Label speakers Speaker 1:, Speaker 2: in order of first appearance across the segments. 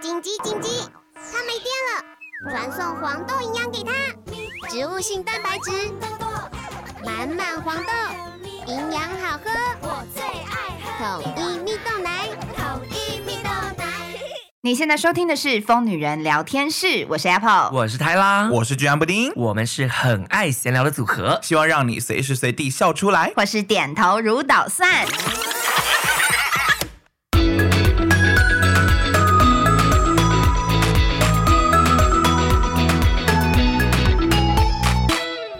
Speaker 1: 紧急紧急！它没电了，传送黄豆营养给它，植物性蛋白质，满满黄豆，营养好喝，
Speaker 2: 我最爱
Speaker 1: 统一蜜豆奶。
Speaker 2: 喝统一蜜豆奶。
Speaker 3: 你现在收听的是《疯女人聊天室》，我是 Apple。
Speaker 4: 我是泰拉，
Speaker 5: 我是居安布丁，
Speaker 4: 我们是很爱闲聊的组合。
Speaker 5: 希望让你随时随地笑出来。
Speaker 3: 或是点头如捣蒜。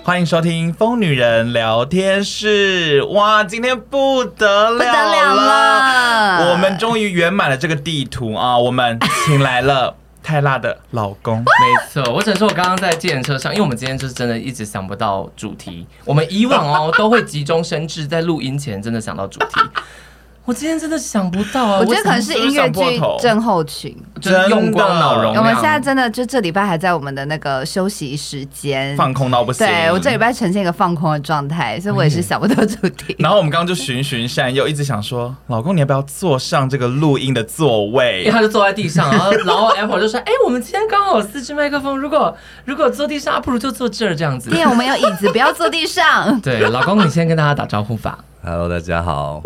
Speaker 5: 欢迎收听《疯女人聊天室》。哇，今天不得
Speaker 3: 不
Speaker 5: 了
Speaker 3: 得了了
Speaker 5: 我们终于圆满了这个地图啊！我们请来了 泰辣的老 公，
Speaker 6: 嗯
Speaker 4: 没错，我只能说我刚刚在计程车上，因为我们今天就是真的一直想不到主题。我们以往哦都会急中生智，在录音前真的想到主题。我今天真的想不到啊！
Speaker 6: 我觉得
Speaker 4: 怎
Speaker 6: 可
Speaker 4: 么
Speaker 6: 能是音乐
Speaker 5: 我想
Speaker 6: 剧
Speaker 5: 破头
Speaker 6: 症候群。
Speaker 4: 就是用光脑容
Speaker 5: 真
Speaker 6: 我们
Speaker 4: 量。
Speaker 6: 现在真的就这礼拜还在我们的那个休息时间，
Speaker 5: 放空到不行。
Speaker 6: 对我这礼。拜呈现一个放空的状态，所以我也是想不到主题。
Speaker 5: 然后我们刚刚就循循善诱，一直想说，老公你要不要坐上这个录音的座
Speaker 4: 因为
Speaker 5: 位？
Speaker 4: 他就坐在地上，然后然后 Apple 就说：“哎、我们今天刚好有四支麦克风，如果如果坐地上，啊不如就坐这儿这样子。
Speaker 6: 店我们有椅子，不要坐地上”。
Speaker 4: 对，老公，你先跟大家打招呼吧。
Speaker 7: Hello，大家好。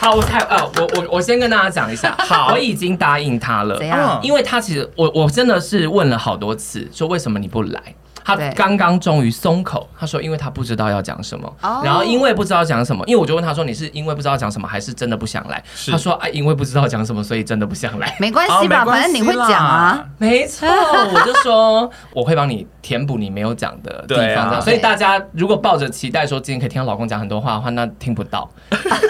Speaker 4: 好，我太呃，我我我先跟大家讲一下，
Speaker 5: 好
Speaker 4: 我已经答应他了
Speaker 6: 怎。样？
Speaker 4: 因为他其实我我真的是问了好多次，说为什么你不来？他
Speaker 6: 对
Speaker 4: 刚刚终于松口，他说因为他不知道要讲什么，
Speaker 6: 哦
Speaker 4: 然后因为不知道讲什么，因为我就问他说你是因为不知道讲什么，还是真的不想来？
Speaker 5: 是
Speaker 4: 他说啊，因为不知道讲什么，所以真的不想来。
Speaker 6: 没关
Speaker 5: 啊
Speaker 6: 系吧，反正你会讲啊。。
Speaker 4: 没错，我就说我会帮你填补你没有讲的地
Speaker 5: 对
Speaker 4: 方，
Speaker 5: 啊
Speaker 4: 这样所以大家如果抱着期待说今天可以听到老公讲很多话的话，那听不 到。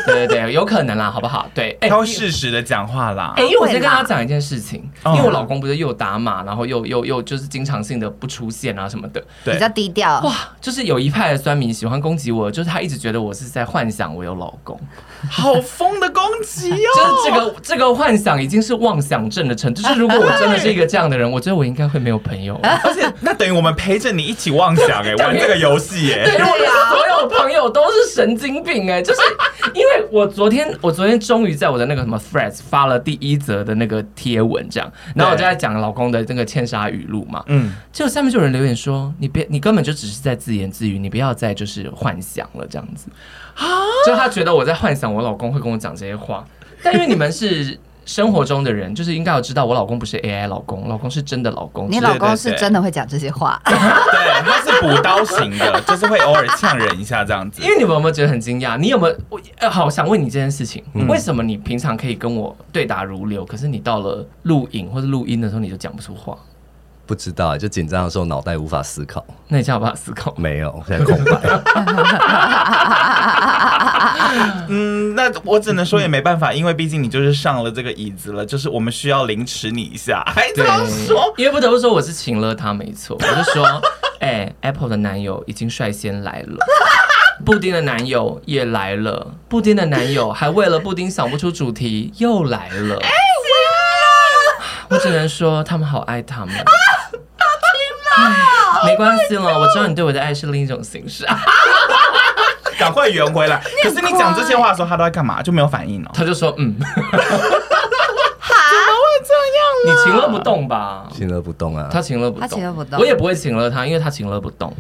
Speaker 4: 对对对，有可能啦，好不好？对，哎
Speaker 5: 没关系啦他会适时的讲话啦
Speaker 4: 哎、。因为我先跟他讲一件事情，
Speaker 5: 哦
Speaker 4: 因为我老公不是又打码，然后又又又就是经常性的不出现啊什么的，
Speaker 5: 对
Speaker 6: 比较低调，
Speaker 4: 哇，就是有一派的酸民喜欢攻击我，就是他一直觉得我是在幻想我有老公，
Speaker 5: 好疯的攻 击哦！
Speaker 4: 就是这个这个幻想已经是妄想症的程度，就是如果我真的是一个这样的人，我觉得我应该会没有朋友。
Speaker 5: 而且那等于我们陪着你一起妄想 哎、玩这个游戏
Speaker 4: 对，
Speaker 5: 哎，
Speaker 4: 因为我的所有朋友都是神经病哎、就是因为我昨天，我昨天终于在我的那个什么 Threads 发了第一则的那个贴文，这样，然后我就在讲老公的那个欠杀语录嘛，
Speaker 5: 嗯，
Speaker 4: 结果下面就有人留言说：“你别，你根本就只是在自言自语，你不要再就是幻想了这样子。”就他觉得我在幻想我老公会跟我讲这些话，但因为你们是生活中的人，就是应该要知道我老公不是 AI 老公，老公是真的老公。
Speaker 6: 你
Speaker 4: 是
Speaker 6: 老
Speaker 5: 对
Speaker 6: 公
Speaker 5: 对
Speaker 6: 是
Speaker 5: 对
Speaker 6: 真的会讲这些话。
Speaker 5: 对，他是补刀型的，就是会偶尔呛人一下这样子
Speaker 4: 因。为你们有没有觉得很惊讶？你有没有我、呃、好想问你这件事情、为什么你平常可以跟我对答如流，可是你到了录影或者录音的时候你就讲不出话？
Speaker 7: 不知道，就紧张的时候脑袋无法思考，
Speaker 4: 那你叫我把它思考。
Speaker 7: 没 有，现在空白。
Speaker 5: 嗯，那我只能说也没办法，因为毕竟你就是上了这个椅子了，就是我们需要凌迟你一下，还这
Speaker 4: 对
Speaker 5: 样说，，
Speaker 4: 因为不得不说我是请了他，没错， 我就说，哎、a p p l e 的男友已经率先来了。布丁的男友也来了，布丁的男友还为了布丁想不出主题又来了。我只能说他们好爱他们。唉没关系了，我知道你对我的爱是另一种形式。
Speaker 5: 赶快圆回来。 可是你讲这些话的时候，他都在干嘛？就没有反应哦。
Speaker 4: 他就说嗯，怎么会这样？啊你情乐不动吧？
Speaker 7: 心乐不动啊，
Speaker 4: 他情乐不动，
Speaker 6: 他情乐不动
Speaker 4: 我也不会情乐他，因为他情乐不动。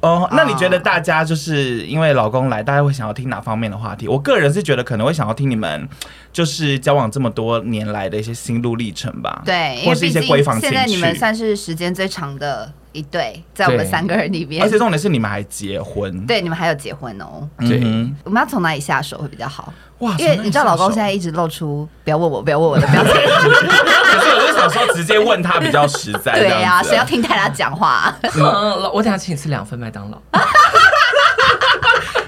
Speaker 5: 哦，那你觉得大家就是因为老公来，大家会想要听哪方面的话题？我个人是觉得可能会想要听你们就是交往这么多年来的一些心路历程吧，
Speaker 6: 对，因
Speaker 5: 或
Speaker 6: 为
Speaker 5: 是一
Speaker 6: 毕
Speaker 5: 些
Speaker 6: 竟
Speaker 5: 闺房情
Speaker 6: 现在你们
Speaker 5: 绪。
Speaker 6: 算是时间最长的一对，在我们
Speaker 4: 对
Speaker 6: 三个人里面
Speaker 5: 而，且重点是你们还结婚，，
Speaker 6: 对，你们还有结婚哦。
Speaker 4: 对
Speaker 5: 嗯
Speaker 6: 我们要从哪里下手会比较好？
Speaker 5: 哼、哇，
Speaker 6: 因为
Speaker 5: 啊从哪里
Speaker 6: 你知道，老公
Speaker 5: 下手
Speaker 6: 现在一直露出“不要问我，不要问我”的表情。
Speaker 5: 可是我就想说，直接问他比较实在。
Speaker 6: 对啊呀、
Speaker 5: 呀，
Speaker 6: 谁要听泰拉讲话、啊？
Speaker 4: 嗯，老我等下请你吃两份麦 当劳。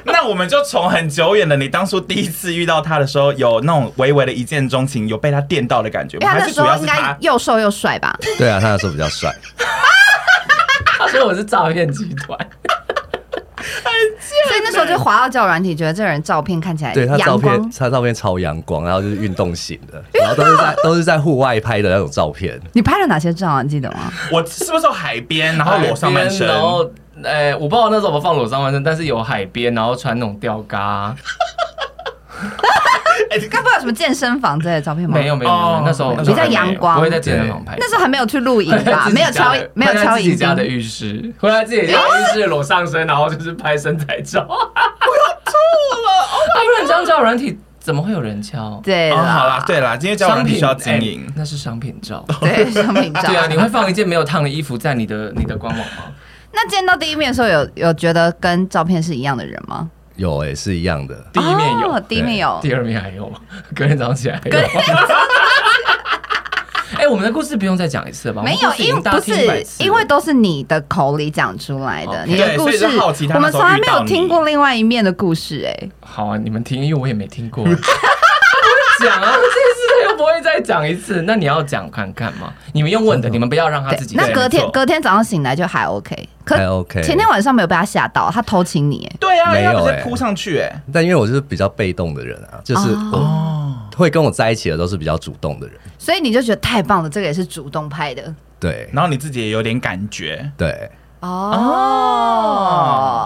Speaker 5: 那我们就从很久远的你当初第一次遇到他的时候，有那种微微的一见钟情，有被他电到的感觉
Speaker 6: 因
Speaker 5: 吗？
Speaker 6: 为他啊
Speaker 5: 还
Speaker 6: 那
Speaker 5: 是
Speaker 6: 时
Speaker 5: 主
Speaker 6: 候
Speaker 5: 要是
Speaker 6: 应该
Speaker 5: 他？
Speaker 6: 又瘦又帅吧？
Speaker 7: 对啊，他那时候比较帅，
Speaker 4: 他说我是诈骗集团，
Speaker 6: 所以那时候就滑到交友软体，觉得这个人照片看起来
Speaker 7: 对他照
Speaker 6: 哎阳
Speaker 7: 片，
Speaker 6: 光。
Speaker 7: 他照片超阳光，然后就是运动型的，然后都 是在都是在户外拍的那种照片，
Speaker 6: 你拍了哪些照啊？你记得吗？
Speaker 5: 我是不是有海边，然后裸上半身？
Speaker 4: 然后。哎、我不知道那时候有没有放裸上半身，但是有海边，然后穿那种吊嘎，
Speaker 5: 哎，你
Speaker 6: 该不会有什么健身房之类的照片吗？
Speaker 4: 没有没有没
Speaker 5: 哦
Speaker 4: 有，那时候
Speaker 6: 比较阳光
Speaker 4: 不会在健身房拍，
Speaker 6: 那时候还没有去露营
Speaker 4: 会在
Speaker 6: 吧？
Speaker 4: 自己
Speaker 6: 没有
Speaker 4: 家
Speaker 6: 超
Speaker 4: 的
Speaker 6: 没有
Speaker 4: 会在
Speaker 6: 超
Speaker 4: 自
Speaker 6: 营
Speaker 4: 己家
Speaker 6: 钉
Speaker 4: 的浴室，会在自己家的浴室裸上身，然后就是拍身材照。我要吐 了！不然这样交友软体怎么会有人敲？
Speaker 6: 对
Speaker 5: 哦，好啦
Speaker 6: 啦，，
Speaker 5: 对啦，今天交友
Speaker 4: 商
Speaker 5: 软体
Speaker 4: 品
Speaker 5: 需要经
Speaker 4: 哎
Speaker 5: 营。
Speaker 4: 那是商品 照。
Speaker 6: 对商品照。
Speaker 4: 对啊，你会放一件没有烫的衣服在你的你的官网吗？
Speaker 6: 那见到第一面的时候有，有觉得跟照片是一样的人吗？
Speaker 7: 有哎、是一样的。
Speaker 4: 第一面有，
Speaker 6: 哦第一面有，
Speaker 4: 第二面还有吗？隔天早上起来还有。 哎，我们的故事不用再讲一次了吧？
Speaker 6: 没
Speaker 4: 我
Speaker 6: 有，
Speaker 4: 们故事已
Speaker 6: 因
Speaker 4: 经
Speaker 6: 为
Speaker 4: 大家
Speaker 6: 不
Speaker 4: 听一百
Speaker 6: 是
Speaker 4: 次了
Speaker 6: 因为都是你的口里讲出来的，
Speaker 4: OK
Speaker 6: 你的故
Speaker 5: 对所
Speaker 6: 事
Speaker 5: 以就好奇，他
Speaker 6: 我
Speaker 5: 那
Speaker 6: 们
Speaker 5: 时
Speaker 6: 从
Speaker 5: 候
Speaker 6: 来
Speaker 5: 遇
Speaker 6: 没
Speaker 5: 到
Speaker 6: 有
Speaker 5: 你
Speaker 6: 听过另外一面的故事、哎，
Speaker 4: 好啊，你们听，因为我也没 听过。讲啊，这次又不会再讲一次，那你要讲看看嘛。你们用问的，你们不要让他
Speaker 6: 对
Speaker 4: 自，己讲。
Speaker 6: 那隔
Speaker 5: 没
Speaker 6: 天
Speaker 5: 错
Speaker 6: 隔天早上醒来就还 OK，可
Speaker 7: 还 OK
Speaker 6: 前天晚上没有被他吓到，他偷亲你、哎，
Speaker 5: 对啊，
Speaker 7: 没
Speaker 5: 要
Speaker 7: 有
Speaker 5: 不是
Speaker 7: 哎
Speaker 5: 扑上去，哎，
Speaker 7: 但因为我就是比较被动的人啊，就是
Speaker 6: 哦
Speaker 7: 我会跟我在一起的都是比较主动的人。
Speaker 6: 所以你就觉得太棒了，这个也是主动派的
Speaker 7: 对
Speaker 5: 然后你自己也有点感觉，
Speaker 7: 对，
Speaker 6: 哦。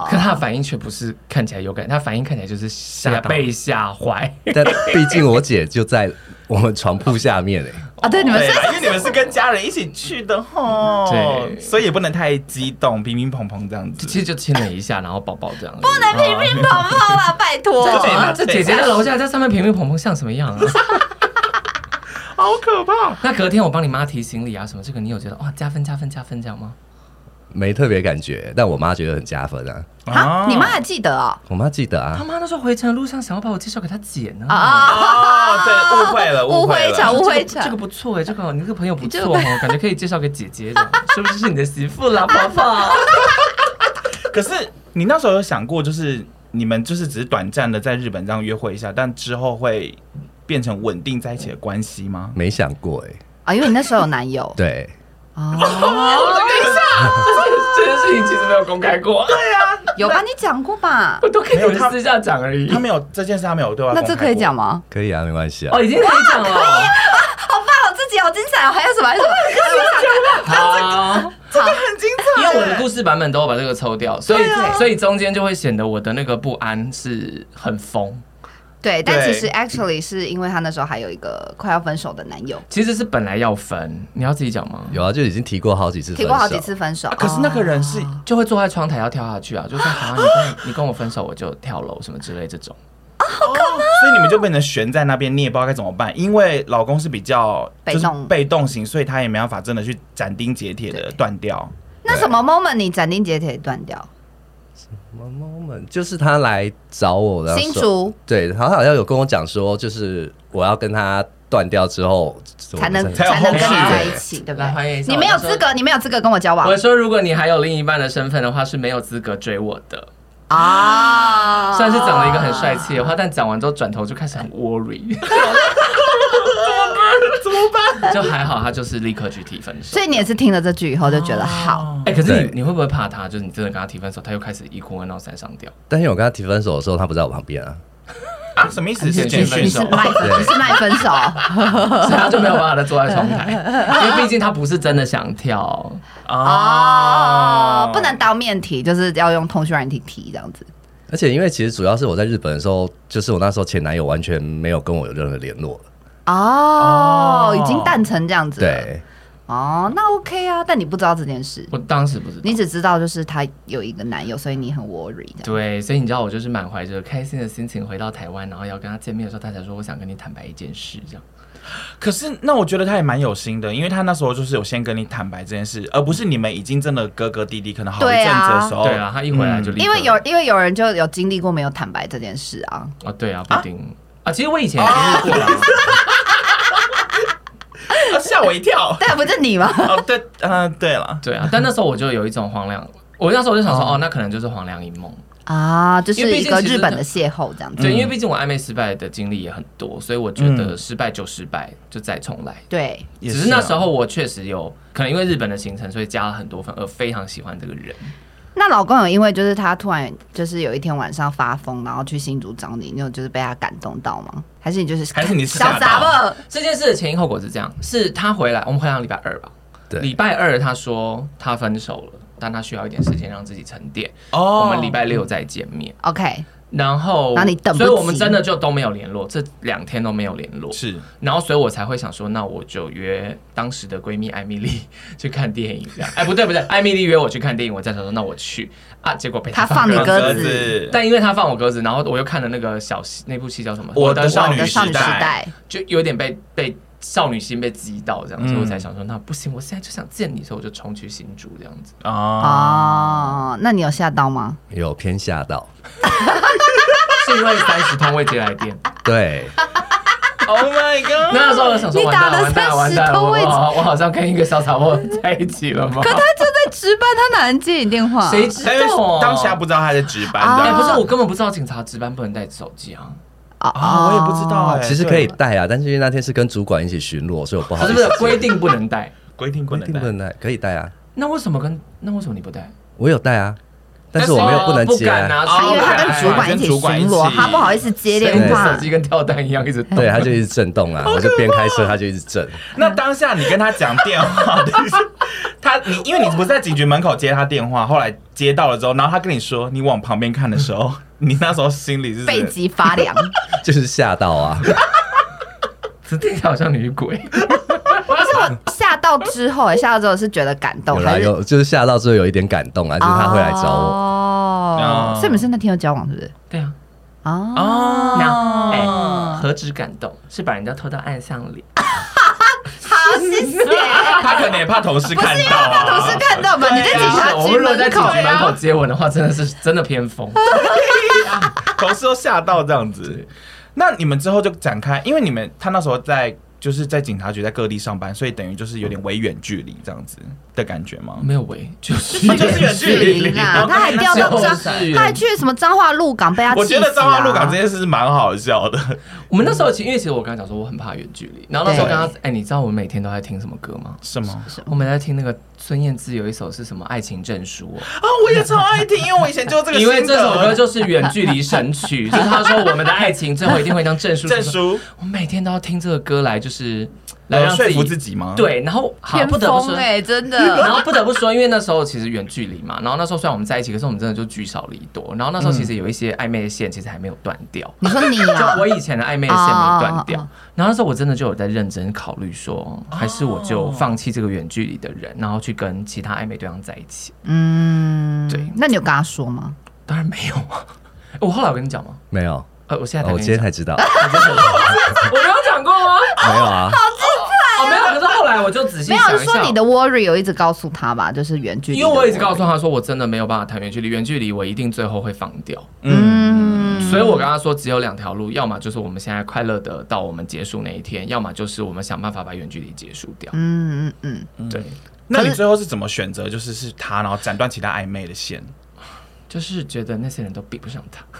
Speaker 4: 可他的反应却不是看起来有感，他反应看起来就是吓
Speaker 5: 吓到
Speaker 4: 被吓坏。
Speaker 7: 但毕竟我姐就在我们床铺下面哎、
Speaker 6: 啊，对，你们
Speaker 5: 哦对
Speaker 6: 是
Speaker 5: 啦，因为你们是跟家人一起去的吼，
Speaker 4: 对
Speaker 5: 所以也不能太激动，乒乒乓乓这样
Speaker 4: 其
Speaker 5: 子。
Speaker 4: 实就亲了一下，然后抱抱这样。不能
Speaker 6: 乒乒乓乓啦，啊拜托。
Speaker 5: 这姐
Speaker 4: 这姐姐在楼下在上面平平捧捧像什么样啊？
Speaker 5: 好可怕！
Speaker 4: 那隔天我帮你妈提行李啊什么，这个你有觉得哇加分加分加分这样吗？
Speaker 7: 没特别感觉，但我妈觉得很加分啊。
Speaker 6: 啊，你妈还记得哦？
Speaker 7: 我妈记得啊
Speaker 4: 他，妈那时候回程的路上想要把我介绍给她姐呢。
Speaker 6: 啊，
Speaker 5: 哦，对，误会了，
Speaker 6: 误会一
Speaker 5: 了
Speaker 6: 场，。误
Speaker 4: 这
Speaker 6: 会
Speaker 4: 个
Speaker 6: 一场
Speaker 4: 这个。不错哎，这个你这个朋友不错哦，感觉可以介绍给姐姐这样， 是不是是你的媳妇啦，宝宝？
Speaker 5: 可是你那时候有想过，就是你们就是只是短暂的在日本这样约会一下，但之后会变成稳定在一起的关系吗？
Speaker 7: 没想过哎、
Speaker 6: 啊，因为你那时候有男友
Speaker 7: 对，
Speaker 6: 哦，
Speaker 4: 这件事情其实没有公开过，
Speaker 6: 有吧？你讲过吧
Speaker 4: 我？都跟
Speaker 5: 没有
Speaker 4: 你们
Speaker 5: 他
Speaker 4: 私下讲而已
Speaker 5: 他。没有这件事，他没有对外。
Speaker 6: 那这可以讲？吗？
Speaker 7: 可以啊，没关系啊
Speaker 4: 哦，。已经可以讲 了。
Speaker 6: 好棒，我自己好精彩哦！还有什么？还有什么？
Speaker 4: 好，
Speaker 6: 这个
Speaker 5: 很精
Speaker 4: 因
Speaker 5: 彩
Speaker 4: 为我的故事版本都有把这个抽掉，所以所以中间就会显得我的那个不安是很疯。
Speaker 6: 对，但
Speaker 5: 对
Speaker 6: 其实 actually 是因为她那时候还有一个快要分手的男友，
Speaker 4: 其实是本来要分，你要自己讲吗？
Speaker 7: 有啊，就已经提过好几次分手，
Speaker 6: 提过好几次分手。
Speaker 5: 啊
Speaker 6: 哦
Speaker 5: 可是那个人是
Speaker 6: 啊
Speaker 4: 就会坐在窗台要跳下去啊，就说好、啊，你跟我你跟我分手，我就跳楼什么之类这种。
Speaker 5: 所以你们就变成悬在那边，你也不知道该怎么办，因为老公是比较
Speaker 6: 被
Speaker 5: 就是
Speaker 6: 动
Speaker 5: 被动型，所以他也没办法真的去斩钉截铁的断掉。
Speaker 6: 那什么 moment 你斩钉截铁断掉？
Speaker 7: 什么 moment，就是他来找我的
Speaker 6: 新，竹
Speaker 7: 对，他好像有跟我讲说，就是我要跟他断掉之后
Speaker 6: 才能
Speaker 5: 才有
Speaker 6: 才能跟你
Speaker 5: 后续
Speaker 6: 在一起，对不
Speaker 4: 来欢迎
Speaker 6: 对？
Speaker 4: 一下
Speaker 6: 你没有资格，你没有资格跟我交往
Speaker 4: 我说，如果你还有另一半的身份的话，是没有资格追我的。
Speaker 6: 啊！
Speaker 4: 虽然是讲了一个很帅气的话，但讲完之后转头就开始 很 worry。怎么办？ 就还好，他就是立刻去提分手
Speaker 6: 所。以你也是听了这句以后就
Speaker 5: 哦
Speaker 6: 觉得好，
Speaker 4: 哎、可是
Speaker 7: 对
Speaker 4: 你你会不会怕他？就是你真的跟他提分手，他又开始一哭二闹三上吊。
Speaker 7: 但是我跟他提分手的时候，他不在我旁边啊，
Speaker 5: 啊，什么意思？是
Speaker 4: 简
Speaker 5: 简
Speaker 4: 讯
Speaker 5: 讯
Speaker 6: 你是
Speaker 4: 分手
Speaker 6: 卖分，
Speaker 7: 对
Speaker 6: 你是卖分手。
Speaker 4: 所以他就没有办法再坐在 窗台，因为毕竟他不是真的想跳。
Speaker 6: 哦，不能当面提，就是要用通讯软体提这样子。
Speaker 7: 而且因为其实主要是我在日本的时候，就是我那时候前男友完全没有跟我有任何联络了，
Speaker 6: 哦
Speaker 5: 哦，
Speaker 6: 已经淡成这样子。，
Speaker 7: 对，
Speaker 6: 哦，那 OK 啊，但你不知道这件事，
Speaker 4: 我当时不知道。
Speaker 6: 你只知道就是她有一个男友，所以你很 worry 的。
Speaker 4: 对，所以你知道我就是满怀着开心的心情回到台湾，然后要跟他见面的时候，他才说我想跟你坦白一件事，这样。
Speaker 5: 可是，那我觉得他也蛮有心的，因为他那时候就是有先跟你坦白这件事，而不是你们已经真的哥哥弟弟，可能好一阵
Speaker 6: 对啊
Speaker 5: 子的时候，
Speaker 4: 对 啊，他一回来就立刻
Speaker 6: 因为有因为有人就有经历过没有坦白这件事啊，。
Speaker 4: 哦，对啊，不一定啊其实我以前也经历过了，
Speaker 5: 啊吓我一跳
Speaker 6: 但不是你吗？
Speaker 5: 哦，对，嗯，对了，
Speaker 4: 对啊，但那时候我就有一种荒凉，我那时候就想说，哦，那可能就是黄粱一梦。
Speaker 6: 啊，就
Speaker 4: 因
Speaker 6: 是
Speaker 4: 为毕
Speaker 6: 一
Speaker 4: 竟
Speaker 6: 个
Speaker 4: 其实
Speaker 6: 日本
Speaker 4: 那
Speaker 6: 的邂逅这样子。
Speaker 4: 对，因为毕竟我暧昧失败的经历也很多，所以我觉得失败就失败，就再重来。
Speaker 6: 对，
Speaker 5: 也
Speaker 4: 只是那
Speaker 5: 啊
Speaker 4: 时候我确实有可能因为日本的行程，所以加了很多分，而非常喜欢这个人。
Speaker 6: 那老公有因为就是他突然就是有一天晚上发疯，然后去新竹找你，你有就是被他感动到吗？还是你就是
Speaker 5: 还是你是
Speaker 6: 小
Speaker 5: 吓到
Speaker 6: 杂了？
Speaker 4: 这件事的前因后果是这样：是他回来，我们回到礼拜二吧。
Speaker 7: 对
Speaker 4: 礼拜二他说他分手了，但他需要一点时间让自己沉淀。
Speaker 5: 哦
Speaker 4: 我们礼拜六再见面。
Speaker 6: OK，
Speaker 4: 然后，
Speaker 6: 然后你等不及
Speaker 4: 所以我们真的就都没有联络，这两天都没有联络。
Speaker 5: 是
Speaker 4: 然后，所以我才会想说，那我就约当时的闺蜜艾米丽去看电影，这样。哎，不 对不对，艾米丽约我去看电影，我在想说，那我去啊，结果被
Speaker 6: 她
Speaker 4: 放
Speaker 6: 放你
Speaker 4: 鸽
Speaker 6: 鸽
Speaker 4: 子。
Speaker 6: 子
Speaker 5: 子
Speaker 4: 但因为她放我鸽子，然后我又看了那个小戏，那部戏叫什么？
Speaker 5: 我的
Speaker 6: 我
Speaker 5: 少女
Speaker 6: 的少
Speaker 5: 时
Speaker 6: 女时
Speaker 5: 代
Speaker 6: 代，
Speaker 4: 就有点被被少女心被击到这样，所以我
Speaker 5: 嗯
Speaker 4: 才想说，那不行，我现在就想见你，所以我就冲去新竹这样子。
Speaker 5: 啊，
Speaker 6: 哦，那你有吓到吗？
Speaker 7: 有偏吓到，
Speaker 4: 是因为三十通未接来电。
Speaker 7: 对，
Speaker 5: Oh my god！
Speaker 4: 那时候我想说，
Speaker 6: 你
Speaker 4: 完
Speaker 6: 打了
Speaker 4: 蛋了，完蛋了，完蛋
Speaker 6: 30
Speaker 4: 了，
Speaker 6: 通
Speaker 4: 我
Speaker 6: 未接
Speaker 4: 我我好像跟一个小草货在一起了
Speaker 5: 啊
Speaker 4: 吗？
Speaker 6: 可他正在值班，他哪能接你电话？
Speaker 4: 谁知
Speaker 5: 但是
Speaker 4: 道？
Speaker 5: 当下不知道他在值班，
Speaker 6: 啊
Speaker 5: 这
Speaker 4: 哎，
Speaker 5: 样
Speaker 4: 不是，我根本不知道警察值班不能带手机啊。
Speaker 6: 哦
Speaker 5: 啊，我也不知道
Speaker 4: 哦
Speaker 5: 哎。
Speaker 7: 其实可以带啊，但是因为那天是跟主管一起巡逻，所以我不好
Speaker 4: 可
Speaker 7: 意
Speaker 4: 是
Speaker 7: 思
Speaker 4: 不是规定不能带？
Speaker 5: 规定不
Speaker 7: 规
Speaker 5: 能
Speaker 7: 定
Speaker 5: 带
Speaker 7: 不。能带，可以带啊，
Speaker 4: 那为什么跟那为什么你不带？
Speaker 7: 我有带啊，但是我没有不能
Speaker 4: 不
Speaker 7: 接
Speaker 4: 敢
Speaker 7: 啊，
Speaker 4: 拿
Speaker 5: 哦
Speaker 4: 出
Speaker 6: 因为哎他
Speaker 4: 来，
Speaker 6: 跟主管一起
Speaker 5: 跟主管一
Speaker 6: 巡
Speaker 5: 起
Speaker 6: 逻，他不好意思接
Speaker 4: 所以你
Speaker 6: 电
Speaker 4: 的
Speaker 6: 话
Speaker 4: 手。机跟跳蛋一样一直
Speaker 6: 嗯
Speaker 4: 动。
Speaker 7: 对，他就一直震动啊，我就边开车，他就一直震，
Speaker 5: 那当下你跟他讲电话，就是他你因为你不是在警局门口接他电话，后来接到了之后，然后他跟你说你往旁边看的时候， 你那时候心里是
Speaker 6: 背脊发 凉，可
Speaker 7: 就是吓到啊，
Speaker 4: 这听起来好像女鬼。
Speaker 6: 是我吓到之后，哎吓到之后是觉得感动，
Speaker 7: 有啦
Speaker 6: 还是
Speaker 7: 有，就是吓到之后有一点感动啊，就是他会来找我，
Speaker 6: 哦
Speaker 5: 嗯，
Speaker 6: 所以你们是那天有交往，是不是？
Speaker 4: 对啊，
Speaker 6: 哦，
Speaker 5: 哦
Speaker 4: 那哎，何止感动，是把人家拖到暗巷里。
Speaker 6: 好，谢谢。
Speaker 5: 他可能也怕同事看到啊，
Speaker 6: 同事看到嘛，你哎在警察
Speaker 4: 哎我
Speaker 6: 局
Speaker 4: 们如果在
Speaker 6: 门
Speaker 4: 警
Speaker 6: 口
Speaker 4: 局门口
Speaker 6: 呀。
Speaker 4: 接吻的话，真的是真的偏 疯。
Speaker 5: 同事都吓到这样子。那你们之后就展开，因为你们他那时候在就是在警察局在各地上班，所以等于就是有点微远距离这样子的感觉吗？
Speaker 6: 嗯
Speaker 4: 没有喂，就是
Speaker 5: 就是远距离
Speaker 6: 啦，他还掉到
Speaker 4: 就是
Speaker 6: 彰，他还去什么彰化鹿港被他
Speaker 5: 我觉得
Speaker 6: 气死啊
Speaker 5: 彰化鹿港这件事是蛮好笑的，
Speaker 4: 我们那时候其实，因为其实我刚才讲说我很怕远距离，然后那时候
Speaker 6: 对
Speaker 4: 跟他，哎、你知道我每天都在听什么歌吗？
Speaker 5: 是 吗？
Speaker 4: 我每天在听那个孙燕姿有一首是什么《爱情证书》哦，
Speaker 5: 啊，我也超爱听，因为我以前就这个心得，
Speaker 4: 因为这首歌就是远距离神曲，就是他说我们的爱情最后一定会当证 书。
Speaker 5: 证，书
Speaker 4: 我每天都要听这个歌来， 就是来
Speaker 5: 来
Speaker 4: 让
Speaker 5: 呃说
Speaker 4: 自
Speaker 5: 服
Speaker 4: 己
Speaker 5: 自己吗？，
Speaker 4: 对，然后好不得不说，
Speaker 6: 哎，真
Speaker 4: 然
Speaker 6: 的。
Speaker 4: 后不得不说，因为那时候其实远距离嘛，然后那时候虽然我们在一起，可是我们真的就聚少离多。然后那时候其实有一些暧昧的线，其实还没有断掉。
Speaker 6: 你说你啊
Speaker 4: 就我以前的暧昧的线没断掉
Speaker 6: 哦哦哦哦，
Speaker 4: 然后那时候我真的就有在认真考虑说，还是我就放弃这个远距离的人，然后去跟其他暧昧对象在一起。
Speaker 6: 嗯，
Speaker 4: 对
Speaker 6: 那你有跟他说吗？
Speaker 4: 当然没有啊， 我后来有跟你讲吗？
Speaker 7: 没有，
Speaker 4: 呃，我现在才
Speaker 7: 哦我
Speaker 4: 跟你
Speaker 7: 今天
Speaker 4: 讲，
Speaker 7: 才知 道，
Speaker 4: 我没有讲过吗？
Speaker 7: 没 有啊，
Speaker 4: 哦，没有，可是后来我就仔细
Speaker 6: 哎没
Speaker 4: 想
Speaker 6: 有，
Speaker 4: 一
Speaker 6: 是
Speaker 4: 下哦
Speaker 6: 说你。的 worry 有一直告诉他吧，就是远距离。
Speaker 4: 因为我一直告诉，他说，我真的没有办法谈远距离，远距离我一定最后会放掉。
Speaker 6: 嗯，
Speaker 4: 所以我跟他说，只有两条路，要么就是我们现在快乐的到我们结束那一天，要么就是我们想办法把远距离结束掉。
Speaker 6: 嗯嗯嗯，
Speaker 4: 对，
Speaker 5: 那你最后是怎么选择？就是是他，然后斩断其他暧昧的线。
Speaker 4: 就是觉得那些人都比不上他，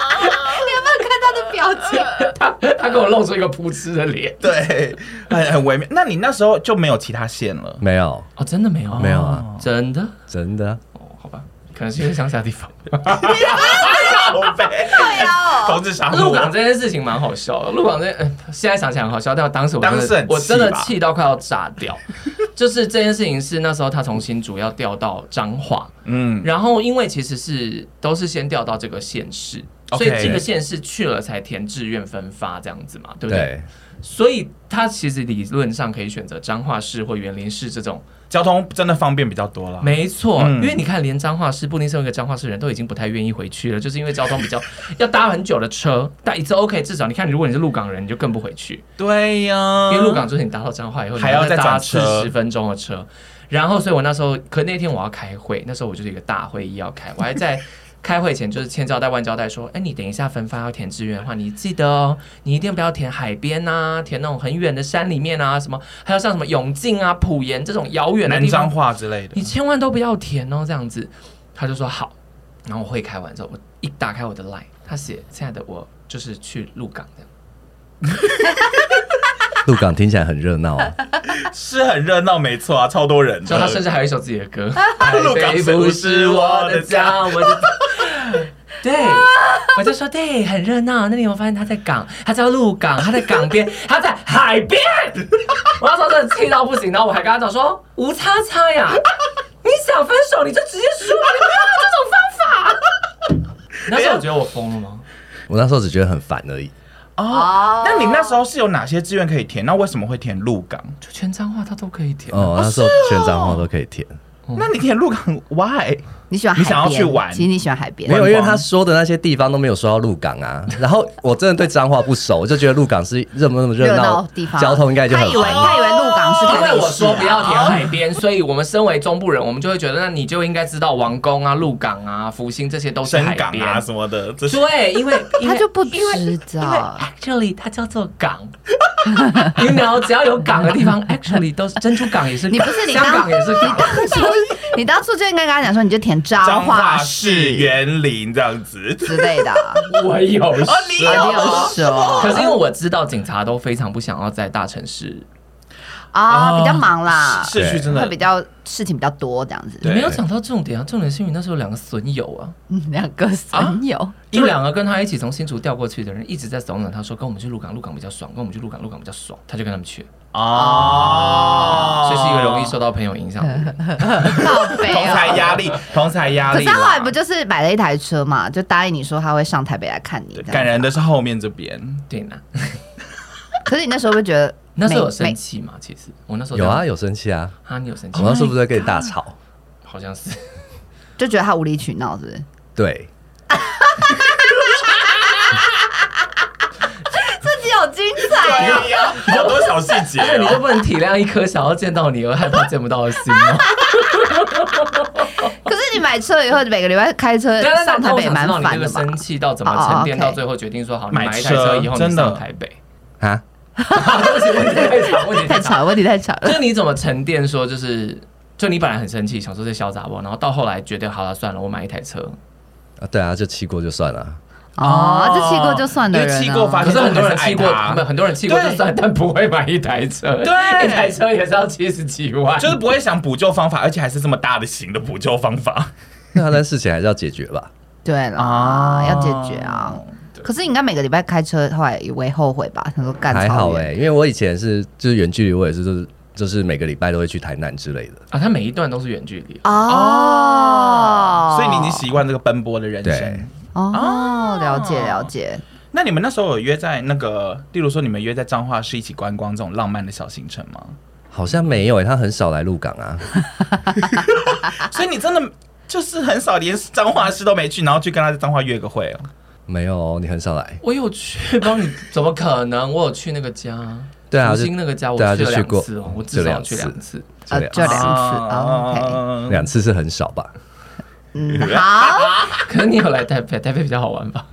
Speaker 6: 他的表情，
Speaker 4: 他给我露出一个扑哧的脸。
Speaker 5: 对，很很微妙。那你那时候就没有其他线了？
Speaker 7: 没有，
Speaker 4: 哦，真的没有，
Speaker 7: 没有啊，
Speaker 4: 真的
Speaker 7: 真的
Speaker 4: 哦，好吧，可能是因为乡下地方。
Speaker 5: 靠背， 对啊，同志杀
Speaker 4: 鹿
Speaker 5: 我。
Speaker 4: 港这件事情蛮好笑的，鹿港这、呃现在想起来很好笑，但当时我真
Speaker 5: 当时
Speaker 4: 的
Speaker 5: 很气吧
Speaker 4: 我真的气到快要炸 掉。就是这件事情是那时候他从新竹要调到彰化，
Speaker 5: 嗯，
Speaker 4: 然后因为其实是都是先调到这个县市。所
Speaker 5: OK
Speaker 4: 以这个县市去了才填志愿分发这样子嘛，对不对？
Speaker 7: 对，
Speaker 4: 所以他其实理论上可以选择彰化市或园林市这种，
Speaker 5: 交通真的方便比较多了。
Speaker 4: 没错，
Speaker 5: 嗯
Speaker 4: 因为你看连彰化市布丁身为一个彰化市人都已经不太愿意回去了，就是 因为交通比较要搭很久的车，但一次 OK，至少你看如果你是鹿港人，你就更不回去，
Speaker 5: 对呀、
Speaker 4: 因为鹿港就是你搭到彰化以后，
Speaker 5: 嗯还要
Speaker 4: 你再搭
Speaker 5: 再转
Speaker 4: 四
Speaker 5: 车
Speaker 4: 十分钟的车。然后，所以我那时候，可那天我要开会，那时候我就是一个大会议要开，我还在开会前就是千交代万交代说，哎，你等一下分发要填志愿的话，你记得哦，你一定不要填海边啊，填那种很远的山里面啊，什么还有像什么永靖啊、浦沿这种遥远的
Speaker 5: 南
Speaker 4: 地方
Speaker 5: 彰，化之类的
Speaker 4: 你。千万都不要填哦，这样子。他就说好，然后我会开完之后，我一打开我的 line，他写亲爱的，我就是去鹿港这样。
Speaker 7: 鹿港听起来很热闹 啊，
Speaker 5: 是很热闹，没错啊，超多人
Speaker 4: 之后
Speaker 5: 的。
Speaker 4: 他甚至还有一首自己的歌，
Speaker 5: 鹿港
Speaker 4: 台北嗯不是我的家，我 的。对，我就说对，很热闹。那你有没有发现他在港，他在鹿港，他在港 边，他在海边。 我那时候真的气到不行，然后我还跟他讲说吴 叉叉呀，你想分手你就直接说，你不要用这种方法。 那时候我觉得我疯了吗？
Speaker 7: 我那时候只觉得很烦而已。
Speaker 5: 哦，那你那时候是有哪些志愿可以填？那为什么会填鹿港？
Speaker 4: 就全脏话他都可以填啊，
Speaker 7: 哦，那时候全脏话都可以填，
Speaker 6: 哦
Speaker 4: 嗯
Speaker 5: 那你填 鹿港 why？
Speaker 6: 你喜欢海
Speaker 5: 你
Speaker 6: 边？
Speaker 5: 想要去玩
Speaker 6: 其实你喜欢海边
Speaker 5: 没
Speaker 7: 没。有，因为
Speaker 5: 观光
Speaker 7: 他说的那些地方都没有说到鹿港啊。然后我真的对彰化不熟，我就觉得鹿港是这么那么热
Speaker 6: 热
Speaker 7: 闹
Speaker 6: 闹地方
Speaker 7: 交通应该就
Speaker 6: 他
Speaker 7: 很啊
Speaker 6: 以为他以为鹿港是
Speaker 4: 因
Speaker 6: 台
Speaker 4: 为
Speaker 6: 北
Speaker 4: 我
Speaker 6: 市
Speaker 4: 说不
Speaker 6: 啊，
Speaker 4: 要填海边，所以我们身为中部人，我们就会觉得，那你就应该知道王宫啊、鹿港啊、福星这些都是
Speaker 5: 深
Speaker 4: 海
Speaker 5: 港
Speaker 4: 边。
Speaker 5: 啊什么的，这是
Speaker 4: 对，因为因为
Speaker 6: 他就不
Speaker 4: 因为
Speaker 6: 知
Speaker 4: 因为
Speaker 6: 道。
Speaker 4: actually 它叫做港。 你 o 只要有港的地 方，actually 都是珍珠港也是港，
Speaker 6: 你不是你
Speaker 4: 香
Speaker 6: 当
Speaker 4: 港也是港，
Speaker 6: 你当初就应该跟他讲说，你就填彰
Speaker 5: 彰
Speaker 6: 化
Speaker 5: 化
Speaker 6: 市
Speaker 5: 市园林这样子。
Speaker 6: 之类的啊。
Speaker 4: 我有
Speaker 5: 哦，你
Speaker 6: 啊
Speaker 5: 有
Speaker 6: 你有说
Speaker 4: 可是因为我知道警察都非常不想要在大城市，
Speaker 6: 啊，比较忙啦，
Speaker 5: 市市区真
Speaker 6: 会
Speaker 5: 的
Speaker 6: 比较事情比较多这样子。
Speaker 5: 对
Speaker 4: 没有讲到重点啊。重点是因为那时候两个损友啊，
Speaker 6: 嗯，两个损友，
Speaker 4: 就两个跟他一起从新竹调过去的人一直在怂恿他说，跟我们去鹿港，鹿港比较爽，跟我们去鹿港，鹿港比较爽，他就跟他们去，
Speaker 5: 啊哦，
Speaker 4: 所以是一个容易受到朋友影响的人。
Speaker 6: 靠北
Speaker 5: 同才
Speaker 6: 哦。
Speaker 5: 压力，同才压
Speaker 6: 可是
Speaker 5: 力啦。
Speaker 6: 他后来不就是买了一台车嘛，就答应你说他会上台北来看你这样
Speaker 5: 对
Speaker 6: 子。
Speaker 5: 感人的是后面这边，
Speaker 4: 对呢，
Speaker 6: 可是你那时候会觉得
Speaker 4: 那时候有
Speaker 6: 没
Speaker 4: 生
Speaker 6: 没
Speaker 4: 气嘛？其实我那时候
Speaker 7: 有啊，
Speaker 4: 这样
Speaker 7: 有生气啊。
Speaker 4: 啊，你有生气
Speaker 7: 我？那时候不是在跟你大吵？
Speaker 4: 好像是。
Speaker 6: 就觉得他无理取闹，是不是？
Speaker 7: 对，
Speaker 6: 自己有精彩啊！
Speaker 5: 呀，好多小细节哦
Speaker 4: 那你就不能体谅一颗想要见到你而害怕见不到的心 吗？
Speaker 6: 可是你买车以后，每个礼拜开车
Speaker 4: 但是
Speaker 6: 上台北也蛮
Speaker 4: 你那
Speaker 6: 烦
Speaker 4: 个
Speaker 6: 的吧？
Speaker 4: 生气到怎么
Speaker 6: 哦
Speaker 4: 沉
Speaker 6: 哦
Speaker 4: 淀，
Speaker 6: ，OK
Speaker 4: 到最后决定说好，你
Speaker 5: 买
Speaker 4: 买一台
Speaker 5: 车
Speaker 4: 以后你
Speaker 5: 真的
Speaker 4: 上台北。
Speaker 7: 啊，
Speaker 4: 对不起，问题太长，问题
Speaker 6: 太
Speaker 4: 太
Speaker 6: 吵
Speaker 4: 长。
Speaker 6: 了，问题太吵
Speaker 4: 就
Speaker 6: 了。
Speaker 4: 是你怎么沉淀说，就是就你本来很生气，想说这小杂货，然后到后来决定好了，算了，我买一台车。
Speaker 7: 啊对啊，就气过就算了。
Speaker 6: 哦，这气过就算的人、啊，
Speaker 5: 因为气过发
Speaker 4: 可是很多人
Speaker 5: 很
Speaker 4: 气
Speaker 5: 多
Speaker 4: 过，
Speaker 5: 人爱他
Speaker 4: 很很多人气过就算，但不会买一台车。
Speaker 5: 对
Speaker 4: 一台车也是要七十几万。
Speaker 5: 就是不会想补救方法，而且还是这么大的型的补救方法
Speaker 7: 那他的事情还是要解决吧。
Speaker 6: 对啦，要解决啊。。可是你应该每个礼拜开车，后来也会后悔吧？他说干
Speaker 7: 还
Speaker 6: 超
Speaker 7: 好
Speaker 6: 远
Speaker 7: 哎、因为我以前是就是远距离，我也是就是就是每个礼拜都会去台南之类的。
Speaker 4: 啊，他每一段都是远距离。
Speaker 6: 哦，
Speaker 5: 所以你已经习惯这个奔波的人
Speaker 7: 对
Speaker 5: 生。
Speaker 6: 哦，了解了解。
Speaker 5: 那你们那时候有约在那个，例如说你们约在彰化市一起观光这种浪漫的小行程吗？
Speaker 7: 好像没有哎、他很少来鹿港啊。
Speaker 5: 所以你真的就是很少连彰化市都没去，然后去跟他在彰化约个会哦。
Speaker 7: 没有哦，你很少来。
Speaker 4: 我有去帮你，怎么可能？我有去那个家，
Speaker 7: 对啊
Speaker 4: 福
Speaker 7: 就
Speaker 4: 星那个家，我
Speaker 7: 对啊
Speaker 4: 去了
Speaker 7: 就去
Speaker 4: 两
Speaker 7: 过
Speaker 4: 次哦，我
Speaker 7: 就
Speaker 4: 至少
Speaker 7: 两
Speaker 4: 去
Speaker 7: 次
Speaker 4: 两次。
Speaker 7: 这
Speaker 6: 呃
Speaker 7: 两
Speaker 6: 就两次哦，OK，
Speaker 5: 哦
Speaker 7: 两次是很少吧？
Speaker 6: 嗯，好，
Speaker 4: 可是你有来台北，台北比较好玩吧？